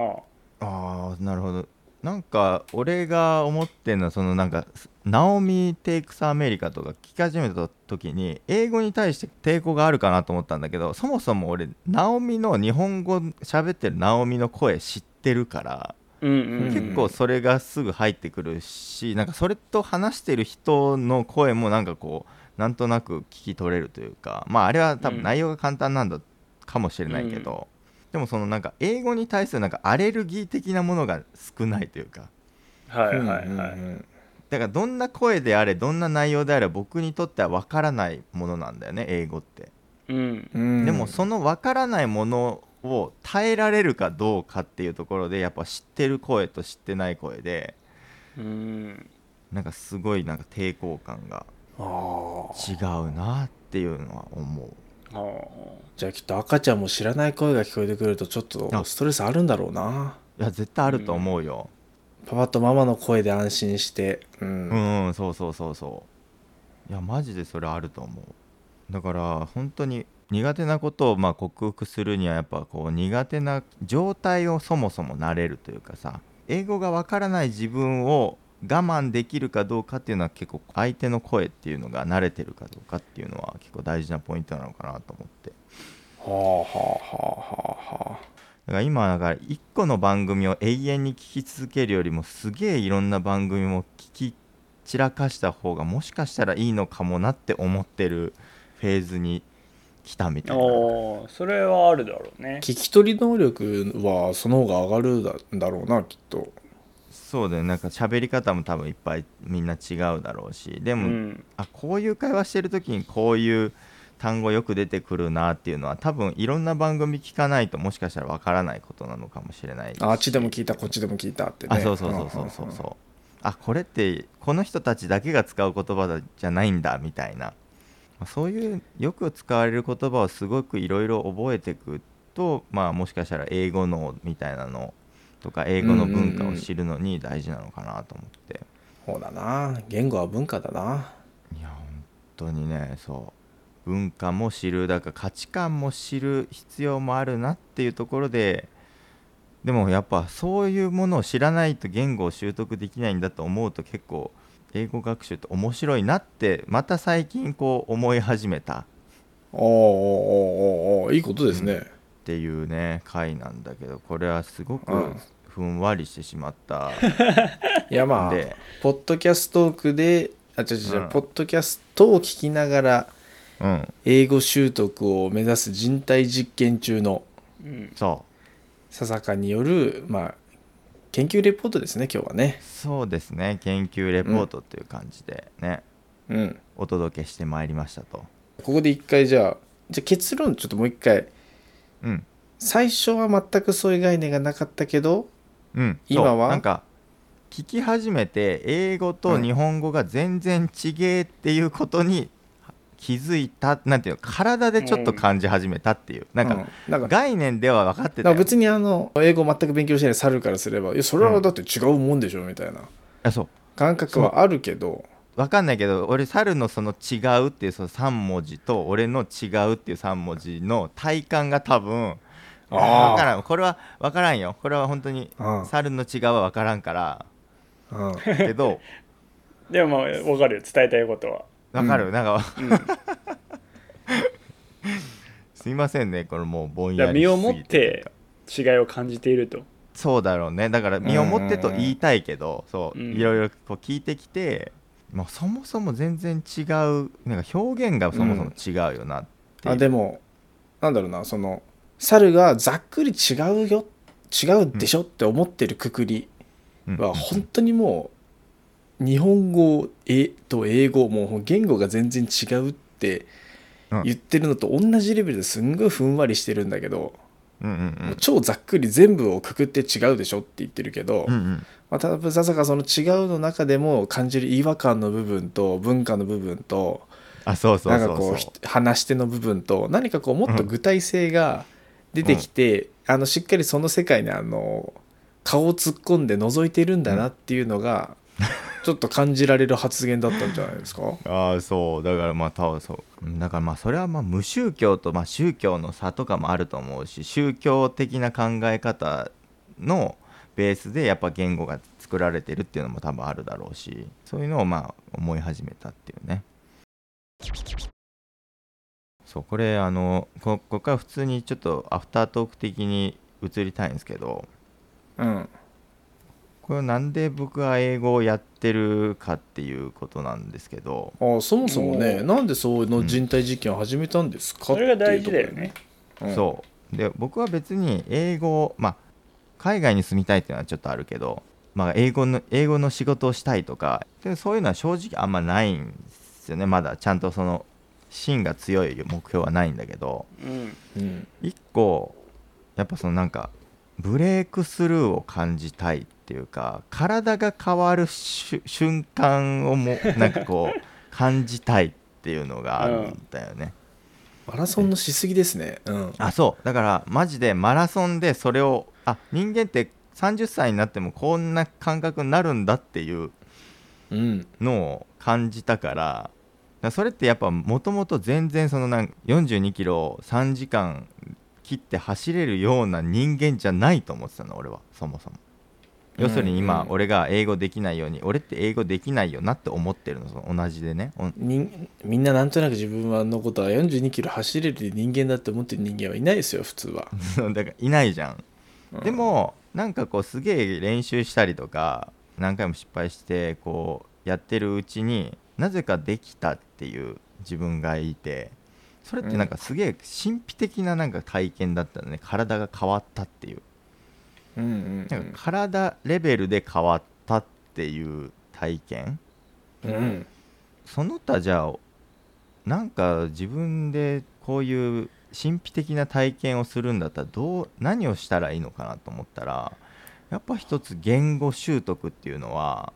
[SPEAKER 1] ああなるほどなんか俺が思ってんのはそのなんか「ナオミ・テイクス・アメリカ」とか聞き始めた時に英語に対して抵抗があるかなと思ったんだけどそもそも俺ナオミの日本語喋ってるナオミの声知ってるから
[SPEAKER 5] うんうん、うん、
[SPEAKER 1] 結構それがすぐ入ってくるしなんかそれと話してる人の声もなんかこうなんとなく聞き取れるというかまああれは多
[SPEAKER 5] う
[SPEAKER 1] 分
[SPEAKER 5] ん
[SPEAKER 1] 内容が簡単なんだかもしれないけど、でもそのなんか英語に対するなんかアレルギー的なものが少ないというか
[SPEAKER 5] はいはいはい、
[SPEAKER 4] うんうんうん
[SPEAKER 1] だからどんな声であれどんな内容であれ僕にとっては分からないものなんだよね英語って。
[SPEAKER 5] うん
[SPEAKER 4] うん
[SPEAKER 1] でもその分からないものを耐えられるかどうかっていうところでやっぱ知ってる声と知ってない声で
[SPEAKER 5] うん
[SPEAKER 1] なんかすごいなんか抵抗感が
[SPEAKER 4] ああ
[SPEAKER 1] 違うなっていうのは思う
[SPEAKER 5] あー
[SPEAKER 4] じゃあきっと赤ちゃんも知らない声が聞こえてくるとちょっと
[SPEAKER 1] あ
[SPEAKER 4] ストレスあるんだろうない
[SPEAKER 1] や絶対あると思うよ
[SPEAKER 4] パパとママの声で安心して
[SPEAKER 1] う
[SPEAKER 4] う
[SPEAKER 1] んん、うん、そうそうそうそういやマジでそれあると思うだから本当に苦手なことをまあ克服するにはやっぱこう苦手な状態をそもそも慣れるというかさ英語がわからない自分を我慢できるかどうかっていうのは結構相手の声っていうのが慣れてるかどうかっていうのは結構大事なポイントなのかなと思って
[SPEAKER 4] はあはあはあはあはあ
[SPEAKER 1] だから今だから1個の番組を永遠に聞き続けるよりもすげえいろんな番組も聞き散らかした方がもしかしたらいいのかもなって思ってるフェーズに来たみたいな
[SPEAKER 5] あーそれはあるだろうね
[SPEAKER 4] 聞き取り能力はその方が上がるだだろうなきっと
[SPEAKER 1] そうだよなんか喋り方も多分いっぱいみんな違うだろうしで
[SPEAKER 5] う
[SPEAKER 1] も、
[SPEAKER 5] ん
[SPEAKER 1] あこういう会話してる時にこういう単語よく出てくるなっていうのは多分いろんな番組聞かないともしかしたらわからないことなのかもしれないし
[SPEAKER 4] あっちでも聞いたこっちでも聞いたってね
[SPEAKER 1] あそうそうそうそうそうそうあこれってこの人たちだけが使う言葉だじゃないんだみたいなまあそういうよく使われる言葉をすごくいろいろ覚えていくとまあもしかしたら英語のみたいなのとか英語の文化を知るのに大事なのかなと思って、
[SPEAKER 4] そうだな言語は文化だない
[SPEAKER 1] や本当にねそう文化も知るだから価値観も知る必要もあるなっていうところででもやっぱそういうものを知らないと言語を習得できないんだと思うと結構英語学習って面白いなってまた最近こう思い始めたっ
[SPEAKER 4] おーおーおーおーおーいいことですね、
[SPEAKER 1] ていうね回なんだけどこれはすごく
[SPEAKER 4] うん
[SPEAKER 1] ふんわりしてしまった
[SPEAKER 4] いやま
[SPEAKER 1] ん
[SPEAKER 4] あ
[SPEAKER 1] で、
[SPEAKER 4] ポッドキャストトークであ違う違う違う、
[SPEAKER 1] うん
[SPEAKER 4] ポッドキャストを聞きながら
[SPEAKER 1] うん
[SPEAKER 4] 英語習得を目指す人体実験中の
[SPEAKER 5] うん
[SPEAKER 1] そう
[SPEAKER 4] 佐々による、まあ、研究レポートですね今日はね
[SPEAKER 1] そうですね研究レポートっていう感じでね、
[SPEAKER 4] うん
[SPEAKER 1] お届けしてまいりましたと。
[SPEAKER 4] ここで一回じゃあじゃあ結論ちょっともう一回
[SPEAKER 1] うん
[SPEAKER 4] 最初は全くそういう概念がなかったけど
[SPEAKER 1] うん、
[SPEAKER 4] 今
[SPEAKER 1] そう
[SPEAKER 4] は
[SPEAKER 1] なんか聞き始めて英語と日本語が全然違えっていうことに気づいたなんていうの体でちょっと感じ始めたっていう、なんか、
[SPEAKER 4] うんなんか
[SPEAKER 1] 概念では分かってた
[SPEAKER 4] なん
[SPEAKER 1] よ
[SPEAKER 4] か別にあの英語全く勉強してない猿からすればいやそれはだって違うもんでしょみたいな
[SPEAKER 1] あそう
[SPEAKER 4] 感覚はあるけど
[SPEAKER 1] 分かんないけど俺猿のその「違う」っていうその3文字と俺の「違う」っていう3文字の体感が多分分
[SPEAKER 4] あー
[SPEAKER 1] からんこれは分からんよこれは本当に
[SPEAKER 4] うん
[SPEAKER 1] 猿の「違う」は分からんから
[SPEAKER 4] うん
[SPEAKER 1] けど
[SPEAKER 5] でもまあ分かるよ伝えたいことは
[SPEAKER 1] 分かる、なんか
[SPEAKER 5] うん
[SPEAKER 1] すいませんねこれもうぼん
[SPEAKER 5] だ
[SPEAKER 1] や
[SPEAKER 5] から
[SPEAKER 1] りし
[SPEAKER 5] 身を
[SPEAKER 1] す
[SPEAKER 5] もっ
[SPEAKER 1] ぎというか
[SPEAKER 5] て違いを感じていると
[SPEAKER 1] そうだろうねだから身をもってと言いたいけどそう
[SPEAKER 5] うん
[SPEAKER 1] いろいろこう聞いてきて、まあ、そもそも全然違うなんか表現がそもそも違うよなっていう、
[SPEAKER 4] あでもなんだろうなその猿がざっくり違うよ違うでしょって思ってるくくり
[SPEAKER 1] うん
[SPEAKER 4] は本当にもう日本語えと英語もう言語が全然違うって
[SPEAKER 1] うん
[SPEAKER 4] 言ってるのと同じレベルですんごいふんわりしてるんだけど、
[SPEAKER 1] うんうん
[SPEAKER 4] もう超ざっくり全部をくくって違うでしょって言ってるけど、
[SPEAKER 1] うんうんうん
[SPEAKER 4] まあ、多分ささかその違うの中でも感じる違和感の部分と文化の部分と
[SPEAKER 1] あそうそう
[SPEAKER 4] なん
[SPEAKER 1] そ
[SPEAKER 4] か
[SPEAKER 1] うそ
[SPEAKER 4] こ
[SPEAKER 1] う
[SPEAKER 4] うひ話し手の部分と何かこうもっと具体性が出てきて、あのしっかりその世界にあの顔を突っ込んで覗いてるんだなっていうのが、ちょっと感じられる発言だったんじゃないですか
[SPEAKER 1] ああそうだからまあ多分そうだからまあそれはまあ無宗教とまあ宗教の差とかもあると思うし宗教的な考え方のベースでやっぱ言語が作られてるっていうのも多分あるだろうしそういうのをまあ思い始めたっていうねそうこれあのこここから普通にちょっとアフタートーク的に移りたいんですけど
[SPEAKER 4] うん
[SPEAKER 1] これなんで僕が英語をやってるかっていうことなんですけど
[SPEAKER 4] あそもそもねなんでその人体実験を始めたんですか
[SPEAKER 5] それが
[SPEAKER 4] っていう
[SPEAKER 5] 大
[SPEAKER 4] と
[SPEAKER 5] 事
[SPEAKER 4] こ
[SPEAKER 5] だよね
[SPEAKER 4] うん
[SPEAKER 1] そうで僕は別に英語をまあ海外に住みたいっていうのはちょっとあるけど、まあ、英語の英語の仕事をしたいとかでそういうのは正直あんまないんですよねまだちゃんとその芯が強い目標はないんだけど
[SPEAKER 5] うん
[SPEAKER 4] うん
[SPEAKER 1] 一個やっぱそのなんかブレイクスルーを感じたいっていうか体が変わるしゅ瞬間をもなんか こう感じたいっていうのがあるんだよね。
[SPEAKER 4] マラソンのしすぎですねうん
[SPEAKER 1] あそうだからマジでマラソンでそれをあ人間って30歳になってもこんな感覚になるんだっていう
[SPEAKER 4] うん
[SPEAKER 1] のを感じたからだからそれってやっぱもともと全然そのなん42キロを3時間切って走れるような人間じゃないと思ってたの俺はそもそも要するに
[SPEAKER 4] う
[SPEAKER 1] 今
[SPEAKER 4] ん
[SPEAKER 1] 俺が英語できないように俺って英語できないよなって思ってるのと同じでねおん
[SPEAKER 4] にみんななんとなく自分はのことは4 2キロ走れる人間だって思ってる人間はいないですよ普通は、
[SPEAKER 1] そう だからいないじゃん、
[SPEAKER 4] うん
[SPEAKER 1] でもなんかこうすげえ練習したりとか何回も失敗してこうやってるうちになぜかできたっていう自分がいてそれってなんかすげえ神秘的ななんか体験だったのね体が変わったっていう
[SPEAKER 4] うんうんう
[SPEAKER 1] なん
[SPEAKER 4] ん
[SPEAKER 1] か体レベルで変わったっていう体験
[SPEAKER 4] うん
[SPEAKER 1] その他じゃあなんか自分でこういう神秘的な体験をするんだったらどう何をしたらいいのかなと思ったらやっぱ一つ言語習得っていうのは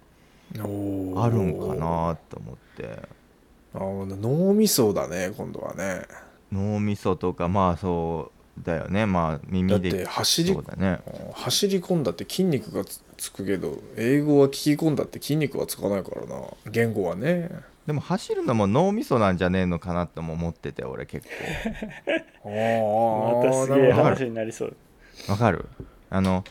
[SPEAKER 4] おー
[SPEAKER 1] あるんかなと思って
[SPEAKER 4] あー脳みそだね今度はね
[SPEAKER 1] 脳みそとかまあそうだよねまあ
[SPEAKER 4] だっ
[SPEAKER 1] 耳
[SPEAKER 4] て
[SPEAKER 1] で
[SPEAKER 4] 走り
[SPEAKER 1] そうだね
[SPEAKER 4] 走り込んだって筋肉がつつくけど英語は聞き込んだって筋肉はつかないからな言語はね
[SPEAKER 1] でも走るのも脳みそなんじゃねえのかなっても思ってて俺結
[SPEAKER 4] あ
[SPEAKER 5] また
[SPEAKER 4] あ
[SPEAKER 5] すげえ
[SPEAKER 1] なるほど
[SPEAKER 5] 話になりそう
[SPEAKER 1] 構わかるあの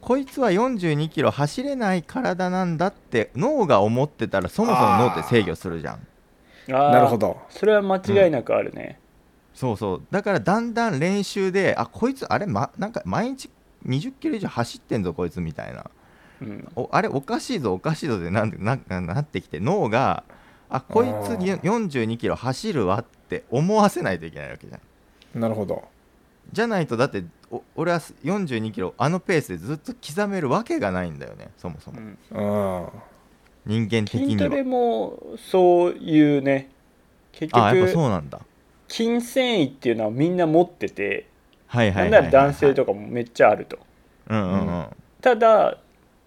[SPEAKER 1] こいつは4 2キロ走れない体なんだって脳が思ってたらそもそも脳って制御するじゃん
[SPEAKER 5] あー
[SPEAKER 4] なるほど
[SPEAKER 5] それは間違いなくあるね、
[SPEAKER 1] そうそうだからだんだん練習であこいつあれ、ま、なんか毎日20キロ以上走ってんぞこいつみたいな
[SPEAKER 5] うん
[SPEAKER 1] おあれおかしいぞおかしいぞってなんなんななってきて脳があこいつ
[SPEAKER 4] あー
[SPEAKER 1] 42キロ走るわって思わせないといけないわけじゃん
[SPEAKER 4] なるほど
[SPEAKER 1] じゃないとだってお俺は42キロあのペースでずっと刻めるわけがないんだよねそもそうも
[SPEAKER 5] ん
[SPEAKER 4] うん
[SPEAKER 1] 人間的
[SPEAKER 5] 筋
[SPEAKER 1] に
[SPEAKER 5] ト
[SPEAKER 1] は
[SPEAKER 5] レもそういうね結
[SPEAKER 1] あやっぱそ
[SPEAKER 5] 局
[SPEAKER 1] うなんだ
[SPEAKER 5] 筋繊維っていうのはみんな持ってて
[SPEAKER 1] はいは
[SPEAKER 5] ないん
[SPEAKER 1] は、
[SPEAKER 5] ないら男性とかもめっちゃあると、
[SPEAKER 1] うんうんうん
[SPEAKER 5] ただ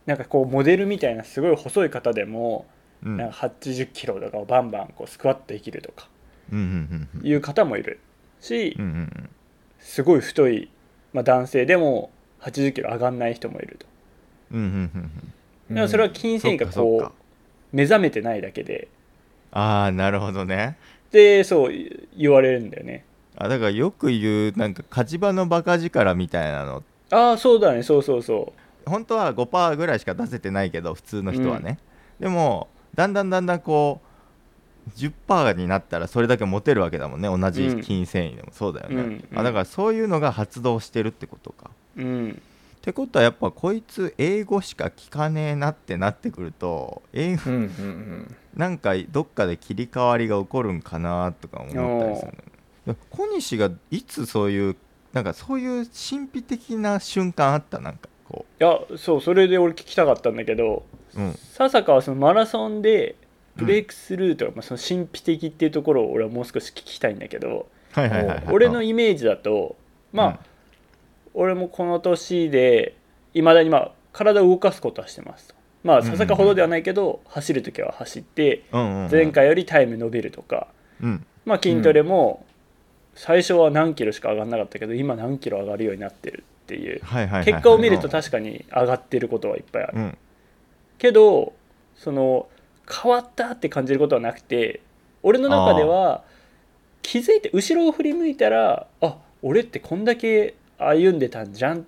[SPEAKER 5] なんかこうモデルみたいなすごい細い方でも、
[SPEAKER 1] うん
[SPEAKER 5] なんか80キロとかをバンバンこうスクワットできるとか
[SPEAKER 1] うんうんうん
[SPEAKER 5] いう方もいるし、
[SPEAKER 1] うんうんうん
[SPEAKER 5] すごい太い、まあ、男性でも80キロ上がんない人もいると
[SPEAKER 1] うんうんうんうん
[SPEAKER 5] だからそれは筋
[SPEAKER 1] そ
[SPEAKER 5] 繊
[SPEAKER 1] っ
[SPEAKER 5] 維が
[SPEAKER 1] かそっ
[SPEAKER 5] こ
[SPEAKER 1] か
[SPEAKER 5] う目覚めてないだけで
[SPEAKER 1] ああなるほどね
[SPEAKER 5] でそうい言われるんだよね
[SPEAKER 1] あだからよく言うなんか火事場のバカ力みたいなの
[SPEAKER 5] ああそうだねそうそうそ
[SPEAKER 1] 本当は5%ぐらいしか出せてないけど普通の人はね、でもだんだんだんだんこう10%になったらそれだけ持てるわけだもんね同じ筋繊維でもそうだよね、
[SPEAKER 5] うんうん
[SPEAKER 1] あだからそういうのが発動してるってことか
[SPEAKER 5] ううん
[SPEAKER 1] ってことはやっぱこいつ英語しか聞かねえなってなってくると英語
[SPEAKER 4] うんうんうん
[SPEAKER 1] なんかどっかで切り替わりが起こるんかなとか思ったりするのよいや小西がいつそういうなんかそういう神秘的な瞬間あったなんかこ
[SPEAKER 5] いやそうそれで俺聞きたかったんだけど
[SPEAKER 1] う、うん、
[SPEAKER 5] 笹川はそのマラソンでブレイクスルーとか、まあ、その神秘的っていうところを俺はもう少し聞きたいんだけど
[SPEAKER 1] はいはいはい、はい、
[SPEAKER 5] 俺のイメージだとまあ、俺もこの年でいまだにまあ体を動かすことはしてますとまあ
[SPEAKER 1] うんうんうん
[SPEAKER 5] 笹かほどではないけど、走る時は走って
[SPEAKER 1] うん、うんうんうん
[SPEAKER 5] 前回よりタイム伸びるとか、
[SPEAKER 1] うん
[SPEAKER 5] まあ、筋トレも最初は何キロしか上がんなかったけど今何キロ上がるようになってるっていう
[SPEAKER 1] はいはいはいはい
[SPEAKER 5] 結果を見ると確かに上がってることはいっぱいある
[SPEAKER 1] うん
[SPEAKER 5] けどその変わったって感じることはなくて俺の中では気づいて後ろを振り向いたらあ俺ってこんだけ歩んでたんじゃんっ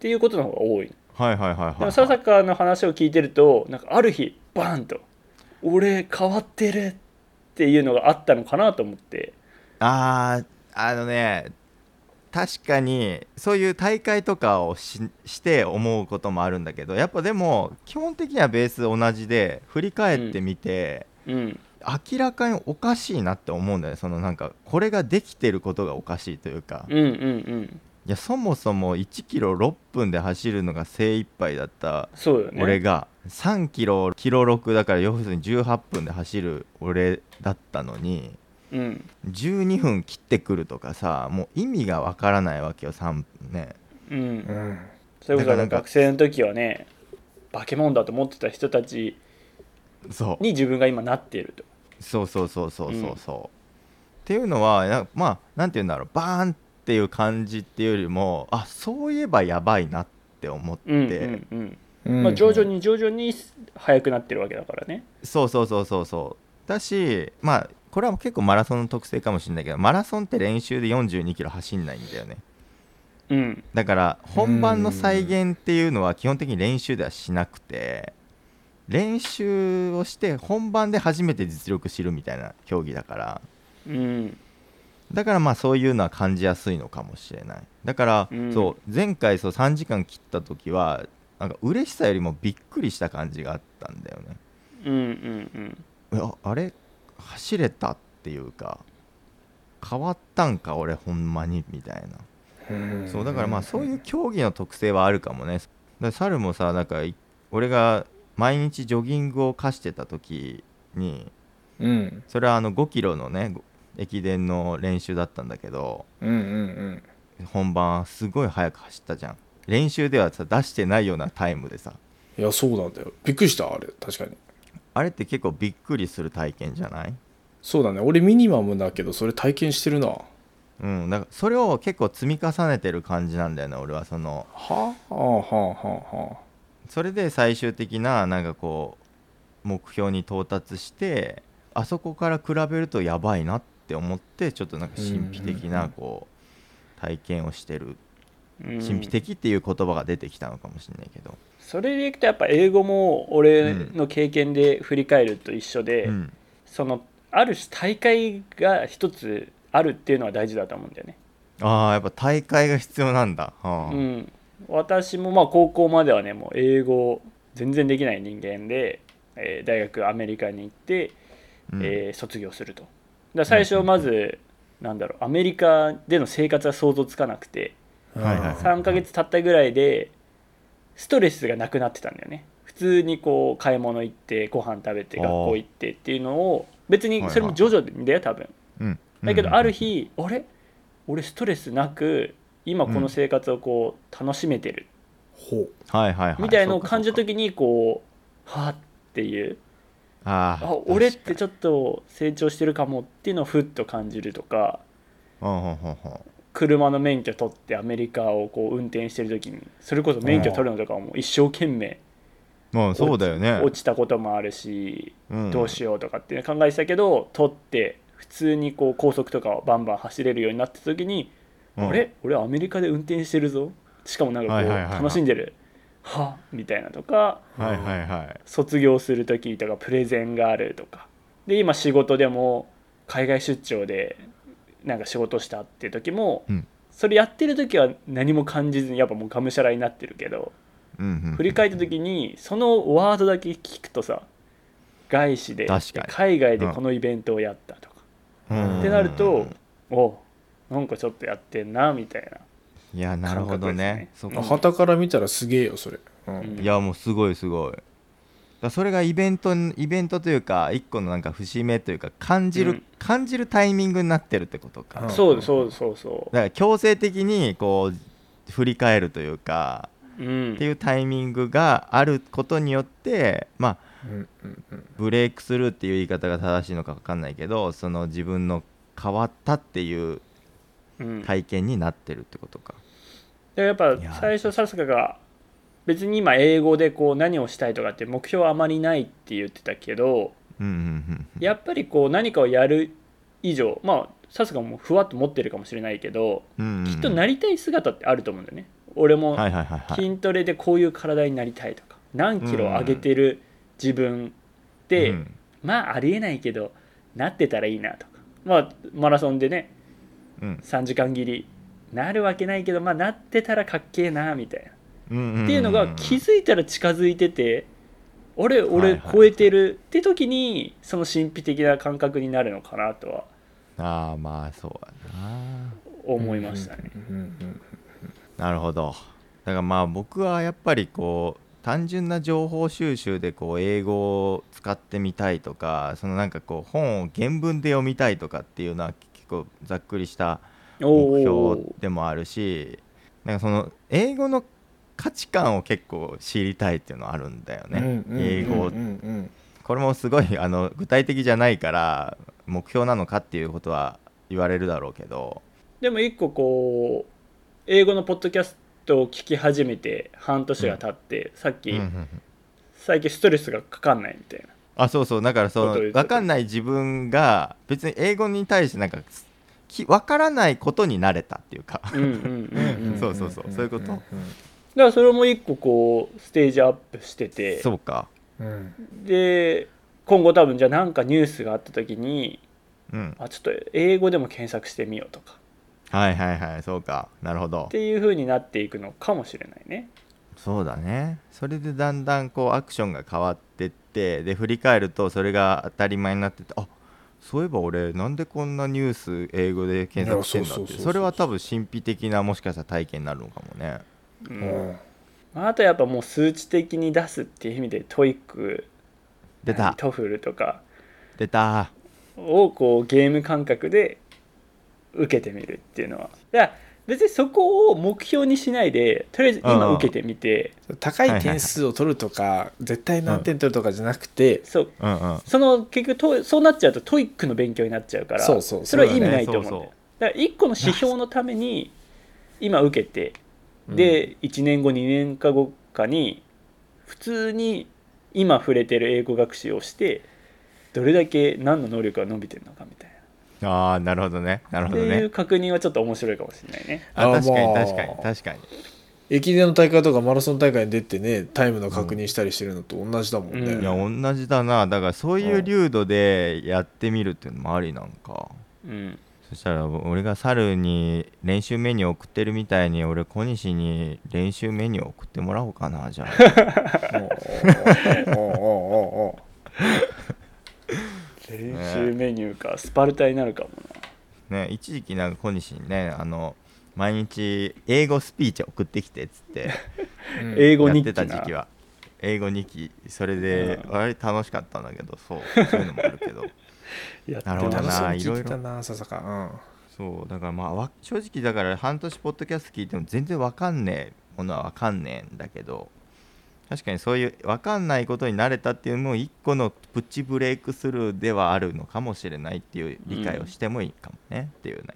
[SPEAKER 5] ていうことの方が多い
[SPEAKER 1] はいはいはいはい
[SPEAKER 5] でも佐坂の話を聞いてるとなんかある日バーンと「俺変わってる」っていうのがあったのかなと思って
[SPEAKER 1] あーあのね確かにそういう大会とかをしして思うこともあるんだけどやっぱでも基本的にはベース同じで振り返ってみて、
[SPEAKER 5] うん
[SPEAKER 1] 明らかにおかしいなって思うんだよねそのなんかこれができてることがおかしいというか、
[SPEAKER 5] うんうんうん
[SPEAKER 1] いやそもそも1キロ6分で走るのが精一杯だった
[SPEAKER 5] そうよね
[SPEAKER 1] 俺が3キロキロ6だから要するに18分で走る俺だったのに
[SPEAKER 5] うん
[SPEAKER 1] 12分切ってくるとかさもう意味がわからないわけよ3ね
[SPEAKER 5] う
[SPEAKER 4] うんん。
[SPEAKER 5] それこそ
[SPEAKER 1] なんか
[SPEAKER 5] 学生の時はね化け物だと思ってた人たち
[SPEAKER 1] そう
[SPEAKER 5] に自分が今なっていると
[SPEAKER 1] そうそうそうそうそうそう、っていうのはなまあなんて言うんだろうバーンっていう感じっていうよりもあそういえばやばいなって思って、
[SPEAKER 5] うんうんうん
[SPEAKER 4] うん
[SPEAKER 5] まあ徐々に徐々に速くなってるわけだからね
[SPEAKER 1] そうそうそうそうそうだしまあこれは結構マラソンの特性かもしれないけどマラソンって練習で4 2キロ走んないんだよね
[SPEAKER 5] うん
[SPEAKER 1] だから本番の再現っていうのは基本的に練習ではしなくて練習をして本番で初めて実力知るみたいな競技だから
[SPEAKER 5] うん
[SPEAKER 1] だからまあそういうのは感じやすいのかもしれないだから、
[SPEAKER 5] うん
[SPEAKER 1] そう前回そう3時間切った時はなんか嬉しさよりもびっくりした感じがあったんだよね
[SPEAKER 5] うんうんうん
[SPEAKER 1] いやあれ走れたっていうか変わったんか俺ほんまにみたいな
[SPEAKER 4] うん
[SPEAKER 1] そうだからまあそういう競技の特性はあるかもねだから猿もさなんかい俺が毎日ジョギングを課してた時に
[SPEAKER 4] うん
[SPEAKER 1] それはあの5キロのねご駅伝の練習だったんだけど
[SPEAKER 4] うんうん
[SPEAKER 1] 本番すごい速く走ったじゃん練習ではさ出してないようなタイムでさ
[SPEAKER 4] うんいやそうなんだよびっくりしたあれ確かに
[SPEAKER 1] あれって結構びっくりする体験じゃない
[SPEAKER 4] そうだね俺ミニマムだけどそれ体験してるな
[SPEAKER 1] うん、だからそれを結構積み重ねてる感じなんだよね俺はその
[SPEAKER 4] はあはあはあはあ
[SPEAKER 1] それで最終的ななんかこう目標に到達してあそこから比べるとやばいなって思ってちょっとなんか神秘的
[SPEAKER 4] うんうんう
[SPEAKER 1] なんこう体験をしてる
[SPEAKER 5] うん
[SPEAKER 1] 神秘的っていう言葉が出てきたのかもしれないけど、
[SPEAKER 5] それでいくとやっぱ英語も俺の経験で振り返ると一緒で、
[SPEAKER 1] うん、
[SPEAKER 5] そのある種大会が一つあるっていうのは大事だと思うんだよね。
[SPEAKER 1] ああやっぱ大会が必要なんだ、はあ
[SPEAKER 5] うん、私もまあ高校まではねもう英語全然できない人間で、えー大学アメリカに行って、
[SPEAKER 1] うん
[SPEAKER 5] えー卒業すると。だから最初まず、なんだろうアメリカでの生活は想像つかなくて
[SPEAKER 1] はいはい
[SPEAKER 5] 3ヶ月経ったぐらいでストレスがなくなってたんだよね普通にこう買い物行ってご飯食べて
[SPEAKER 1] あー
[SPEAKER 5] 学校行ってっていうのを別にそれも徐々にだよ多分
[SPEAKER 1] うん
[SPEAKER 5] だけどある日あれ俺ストレスなく今この生活をこう楽しめてる
[SPEAKER 4] ほう
[SPEAKER 1] はいはいはい
[SPEAKER 5] みたいのを
[SPEAKER 1] そうか
[SPEAKER 5] 感じた時にこうはあっていう
[SPEAKER 1] あ
[SPEAKER 5] あ俺って
[SPEAKER 1] ょ
[SPEAKER 5] ちょっと成長してるかもっていうのをふっと感じるとか
[SPEAKER 1] っとほんほんほんほん
[SPEAKER 5] 車の免許取ってアメリカをこう運転してる時にそれこそ免許取るのとかはもう一生懸命
[SPEAKER 1] まあそうだよね
[SPEAKER 5] 落ちたこともあるし
[SPEAKER 1] うん
[SPEAKER 5] どうしようとかっていうの考えてたけど取って普通にこう高速とかをバンバン走れるようになった時に
[SPEAKER 1] うん
[SPEAKER 5] あれ俺アメリカで運転してるぞしかもなんか
[SPEAKER 1] はい
[SPEAKER 5] こう
[SPEAKER 1] はいはいはい
[SPEAKER 5] 楽しんでるはみたいなとか
[SPEAKER 1] はいはいはい
[SPEAKER 5] 卒業する時とかプレゼンがあるとかで今仕事でも海外出張でなんか仕事したっていう時も、
[SPEAKER 1] うん
[SPEAKER 5] それやってる時は何も感じずにやっぱもうがむしゃらになってるけど
[SPEAKER 1] うんうん
[SPEAKER 5] 振り返った時にそのワードだけ聞くとさ外資で
[SPEAKER 1] 確かに
[SPEAKER 5] 海外でこのイベントをやったとか、
[SPEAKER 1] うん
[SPEAKER 5] ってなると、おなんかちょっとやってんなみたい
[SPEAKER 1] いやなるほどね
[SPEAKER 5] 感覚ですね
[SPEAKER 1] そ
[SPEAKER 5] うん
[SPEAKER 1] こ
[SPEAKER 4] はたから見たらすげえよそれう
[SPEAKER 5] な、うんん
[SPEAKER 1] いやもうすごいすごいだからそれがイベントにイベントというか一個のなんか節目というか感じる、
[SPEAKER 5] うん
[SPEAKER 1] 感じるタイミングになってるってことか、
[SPEAKER 4] うん
[SPEAKER 1] だか
[SPEAKER 5] そうそうそうそ
[SPEAKER 1] ら強制的にこう振り返るというか、
[SPEAKER 5] う、うん
[SPEAKER 1] っていうタイミングがあることによってまあ
[SPEAKER 4] うんうんうん
[SPEAKER 1] ブレイクスルーっていう言い方が正しいのか分かんないけどその自分の変わったっていう
[SPEAKER 5] うん、
[SPEAKER 1] 体験になってるってことか、
[SPEAKER 5] でやっぱ
[SPEAKER 1] いや
[SPEAKER 5] 最初サスカが別に今英語でこう何をしたいとかって目標はあまりないって言ってたけど
[SPEAKER 1] うんうんうんうん、
[SPEAKER 5] やっぱりこう何かをやる以上まあサスカもふわっと持ってるかもしれないけど
[SPEAKER 1] うんうん
[SPEAKER 5] きっとなりたい姿ってあると思うんだよね俺も
[SPEAKER 1] はいはいはいはい
[SPEAKER 5] 筋トレでこういう体になりたいとか何キロ上げてる自分で、
[SPEAKER 1] うん
[SPEAKER 5] まあありえないけどなってたらいいなとかまあマラソンでね
[SPEAKER 1] うん
[SPEAKER 5] 3時間切りなるわけないけどまあなってたらかっけえなみたいな
[SPEAKER 1] うんんん
[SPEAKER 5] っていうのが気づいたら近づいてて俺
[SPEAKER 1] はい
[SPEAKER 5] 俺
[SPEAKER 1] はい
[SPEAKER 5] 超えてるって時にその神秘的な感覚になるのかなとは
[SPEAKER 1] ああまあそうやな
[SPEAKER 5] 思いましたね。
[SPEAKER 4] うんうん
[SPEAKER 1] なるほどだからまあ僕はやっぱりこう単純な情報収集でこう英語を使ってみたいとかそのなんかこう本を原文で読みたいとかっていうのは結構ざっくりした目
[SPEAKER 5] お
[SPEAKER 1] 標
[SPEAKER 5] ー
[SPEAKER 1] でもあるしなんかその英語の価値観を結構知りたいっていうのはあるんだよ
[SPEAKER 4] うんうん
[SPEAKER 1] ね
[SPEAKER 4] うんうん
[SPEAKER 1] 英語
[SPEAKER 4] うんうん
[SPEAKER 1] これもすごいあの具体的じゃないから目標なのかっていうことは言われるだろうけど
[SPEAKER 5] でも一個こう英語のポッドキャストを聞き始めて半年が経って、さっき、
[SPEAKER 1] うんうんうん
[SPEAKER 5] 最近ストレスがかかんないみたいな
[SPEAKER 1] あそうそうだからそ
[SPEAKER 5] こ
[SPEAKER 1] の
[SPEAKER 5] とを言っ
[SPEAKER 1] 分
[SPEAKER 5] てた
[SPEAKER 1] かんない自分が別に英語に対してなんかき分からないことに慣れたっていうか
[SPEAKER 5] うんうんうんうんだか
[SPEAKER 1] そうそうそうそういうこと
[SPEAKER 5] らそれも一個こうステージアップしてて
[SPEAKER 1] そうか
[SPEAKER 4] うん
[SPEAKER 5] で今後多分じゃあなんかニュースがあった時に
[SPEAKER 1] うん
[SPEAKER 5] あちょっと英語でも検索してみようとか
[SPEAKER 1] はいはいはいそうかなるほど
[SPEAKER 5] っていう風になっていくのかもしれないね
[SPEAKER 1] そうだねそれでだんだんこうアクションが変わってってで振り返るとそれが当たり前になっててあそういえば俺なんでこんなニュース英語で検索してんだ
[SPEAKER 4] いやそうそう
[SPEAKER 1] っ
[SPEAKER 4] そう
[SPEAKER 1] て
[SPEAKER 4] そ
[SPEAKER 1] そ
[SPEAKER 4] う
[SPEAKER 1] れは多分神秘的なもしかしたら体験になるのかもね
[SPEAKER 5] う
[SPEAKER 4] うんん
[SPEAKER 5] あとやっぱもう数値的に出すっていう意味でトイック
[SPEAKER 1] 出た
[SPEAKER 5] トフルとか
[SPEAKER 1] 出た
[SPEAKER 5] をこうゲーム感覚で受けてみるっていうのはだから別にそこを目標にしないでとりあえず今受けてみて
[SPEAKER 4] 高い点数を取るとか絶対何点取るとかじゃなくて
[SPEAKER 5] そう
[SPEAKER 1] うんうん
[SPEAKER 5] その結局とそうなっちゃうとトイックの勉強になっちゃうから
[SPEAKER 4] そうそう
[SPEAKER 5] れは
[SPEAKER 4] そ
[SPEAKER 5] 意
[SPEAKER 4] う
[SPEAKER 5] 味
[SPEAKER 4] だね
[SPEAKER 5] ないと思うんだよだから1個の指標のために今受けてで1年後2年か後かに普通に今触れてる英語学習をしてどれだけ何の能力が伸びてるのかみたい
[SPEAKER 1] ああなるほどねなる
[SPEAKER 5] なっ
[SPEAKER 1] ほ
[SPEAKER 5] て
[SPEAKER 1] ど
[SPEAKER 5] い
[SPEAKER 1] ね
[SPEAKER 5] う確認はちょっと面白いかもしれないね
[SPEAKER 1] あ
[SPEAKER 4] あ
[SPEAKER 1] 確かに
[SPEAKER 4] もう
[SPEAKER 1] 確かに確かに
[SPEAKER 4] 駅伝の大会とかマラソン大会に出てねタイムの確認したりしてるのと同じだもんね、
[SPEAKER 5] うん
[SPEAKER 1] いや同じだなだからそういう流度でやってみるっていうのもありなんか
[SPEAKER 5] うん
[SPEAKER 1] そしたら俺が猿に練習メニュー送ってるみたいに俺小西に練習メニュー送ってもらおうかなじゃあ
[SPEAKER 2] おうおうおうおう
[SPEAKER 5] 練習メニューかスパルタになるかも
[SPEAKER 1] ね一時期なんか小西にねあの毎日英語スピーチ送ってきてっつって
[SPEAKER 5] な
[SPEAKER 4] え
[SPEAKER 5] 英語
[SPEAKER 1] や
[SPEAKER 5] 日
[SPEAKER 1] っ
[SPEAKER 5] 記
[SPEAKER 1] てた時期
[SPEAKER 5] な
[SPEAKER 1] は英語2期それで
[SPEAKER 5] うん
[SPEAKER 1] 割と楽しかったんだけどそうそういうのもあるけど
[SPEAKER 5] やって
[SPEAKER 1] なるほど
[SPEAKER 5] ま
[SPEAKER 4] 楽
[SPEAKER 5] す
[SPEAKER 4] し
[SPEAKER 1] な
[SPEAKER 4] みに聞いてた
[SPEAKER 1] い
[SPEAKER 4] な笹香うん
[SPEAKER 1] そうだからまあわ正直だから半年ポッドキャスト聞いても全然わかんねえものはわかんねえんだけど確かにそういうわかんないことに慣れたっていうのも一個のプチブレイクスルーではあるのかもしれないっていう理解をしてもいいかもね、っていうね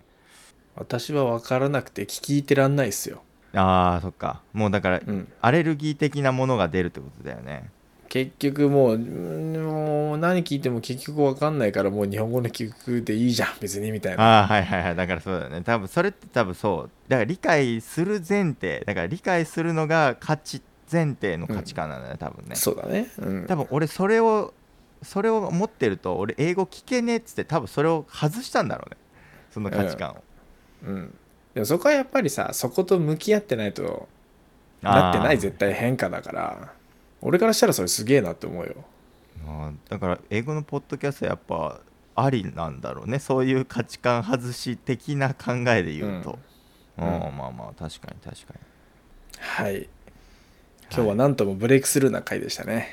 [SPEAKER 4] 私は分からなくて聞いてらんないっすよ、
[SPEAKER 1] あーそっかもうだから
[SPEAKER 4] うん、
[SPEAKER 1] アレルギー的なものが出るってことだよね
[SPEAKER 4] 結局もううんもう何聞いても結局分かんないからもう日本語の曲でいいじゃん別にみたいな
[SPEAKER 1] ああはいはいはいだからそうだよね多分それって多分そうだから理解する前提だから理解するのが価値前提の価値観なんだよね、多分ね
[SPEAKER 4] そうだね、うん、
[SPEAKER 1] 多分俺それをそれを持ってると俺英語聞けねえっつって多分それを外したんだろうねその価値観を、
[SPEAKER 4] うん、でもそこはやっぱりさそこと向き合ってないとなってない絶対変化だから俺からしたらそれすげえなって思うよ
[SPEAKER 1] あーあーだから英語のポッドキャストやっぱありなんだろうねそういう価値観外し的な考えで言うと、
[SPEAKER 4] うん
[SPEAKER 1] あー
[SPEAKER 4] う
[SPEAKER 1] まあまあ確かに確かに
[SPEAKER 4] はい今日はなんともブレイクスルーな回でしたね、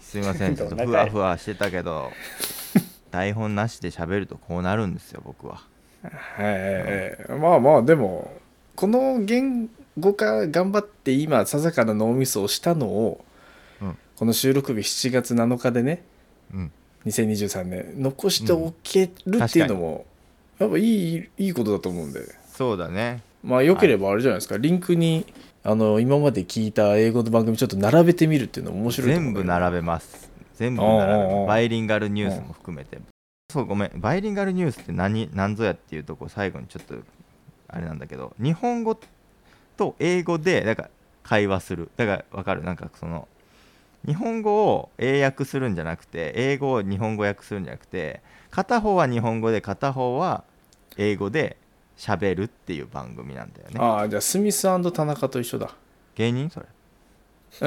[SPEAKER 1] すいま せんちょっと
[SPEAKER 5] どんな
[SPEAKER 1] ふ
[SPEAKER 5] 回
[SPEAKER 1] わふわしてたけど台本なしで喋るとこうなるんですよ僕は
[SPEAKER 4] ええまあまあでもこの言語化頑張って今ささかな脳みそをしたのを、
[SPEAKER 1] うん
[SPEAKER 4] この収録日7月7日でね
[SPEAKER 1] うん
[SPEAKER 4] 2023年残しておけるっていうのも、やっぱいいいいことだと思うんで
[SPEAKER 1] そうだね
[SPEAKER 4] まあよければあれじゃないですか、リンクにあの今まで聞いた英語の番組ちょっと並べてみるっていうのも面白いと思
[SPEAKER 1] 全
[SPEAKER 4] う
[SPEAKER 1] 部並べます全部並べ
[SPEAKER 4] おうおうお
[SPEAKER 1] ます
[SPEAKER 4] う
[SPEAKER 1] バイリンガルニュースも含めてそうごめんバイリンガルニュースって何何ぞやっていうとこ最後にちょっとあれなんだけど日本語と英語でなんか会話するだから分かるなんかその日本語を英訳するんじゃなくて英語を日本語訳するんじゃなくて片方は日本語で片方は英語で喋るっていう番組なんだよね
[SPEAKER 4] ああじゃあスミス田中と一緒だ
[SPEAKER 1] 芸人それ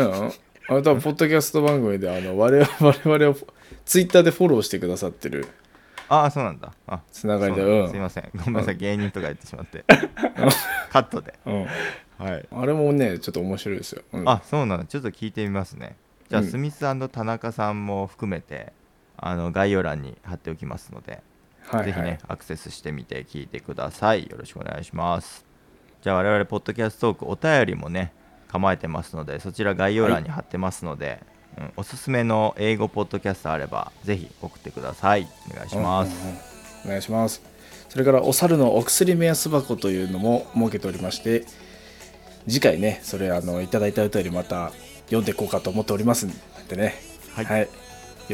[SPEAKER 4] うんうんあの多分ポッドキャスト番組であの我々 我々をツイッターでフォローしてくださってる
[SPEAKER 1] ああそうなんだあ
[SPEAKER 4] つながりで
[SPEAKER 1] そう
[SPEAKER 4] う
[SPEAKER 1] なん
[SPEAKER 4] ん
[SPEAKER 1] すいませんごめんなさい芸人とか言ってしまっ てカットで
[SPEAKER 4] うん、
[SPEAKER 1] はい
[SPEAKER 4] あれもねちょっと面白いですよ、うん
[SPEAKER 1] あそうなんだちょっと聞いてみますねじゃあ、
[SPEAKER 4] うん
[SPEAKER 1] スミス田中さんも含めてあの概要欄に貼っておきますので、
[SPEAKER 4] はいはい
[SPEAKER 1] ぜひねアクセスしてみて聞いてくださいよろしくお願いしますじゃあ我々ポッドキャストトークお便りもね構えてますのでそちら概要欄に貼ってますので、うん、おすすめの英語ポッドキャストあればぜひ送ってくださいお願いします、
[SPEAKER 4] お願いしますそれからお猿のお薬目安箱というのも設けておりまして次回ねそれあのいただいたお便りまた読んでいこうかと思っておりますんでね
[SPEAKER 1] はい
[SPEAKER 4] よ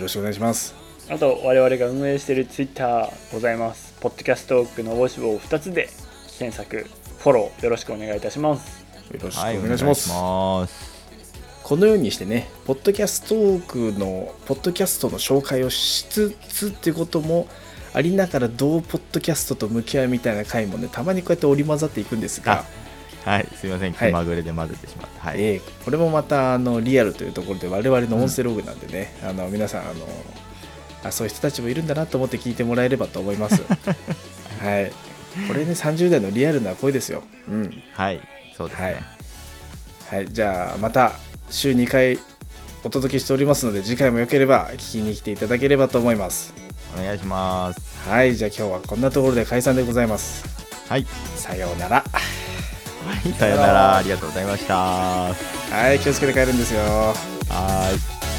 [SPEAKER 4] ろしくお願いします
[SPEAKER 5] あと我々が運営しているツイッターございますポッドキャストトークの応募を2つで検索フォローよろしくお願いいたします
[SPEAKER 4] よろしくお
[SPEAKER 1] はいお願
[SPEAKER 4] 願
[SPEAKER 1] い
[SPEAKER 4] い
[SPEAKER 1] し
[SPEAKER 4] し
[SPEAKER 1] ま
[SPEAKER 4] ますす,、このようにしてねポッドキャストトークのポッドキャストの紹介をしつつっていうこともありながらどうポッドキャストと向き合うみたいな回もねたまにこうやって織り交ざっていくんですが
[SPEAKER 1] はいすいません気
[SPEAKER 4] はい
[SPEAKER 1] まぐれで混ぜてしまってはい、
[SPEAKER 4] えーこれもまたあのリアルというところで我々の音声ログなんでね、あの皆さんあのあそういう人たちもいるんだなと思って聞いてもらえればと思います はいこれね30代のリアルな声ですようん
[SPEAKER 1] はいそうですね、
[SPEAKER 4] はいはいじゃあまた週2回お届けしておりますので次回もよければ聞きに来ていただければと思います
[SPEAKER 1] お願いします
[SPEAKER 4] はいじゃあ今日はこんなところで解散でございます
[SPEAKER 1] はい
[SPEAKER 4] さようなら
[SPEAKER 1] はいさようならありがとうございましたは
[SPEAKER 4] はい気をつけて帰るんですよ
[SPEAKER 1] ーい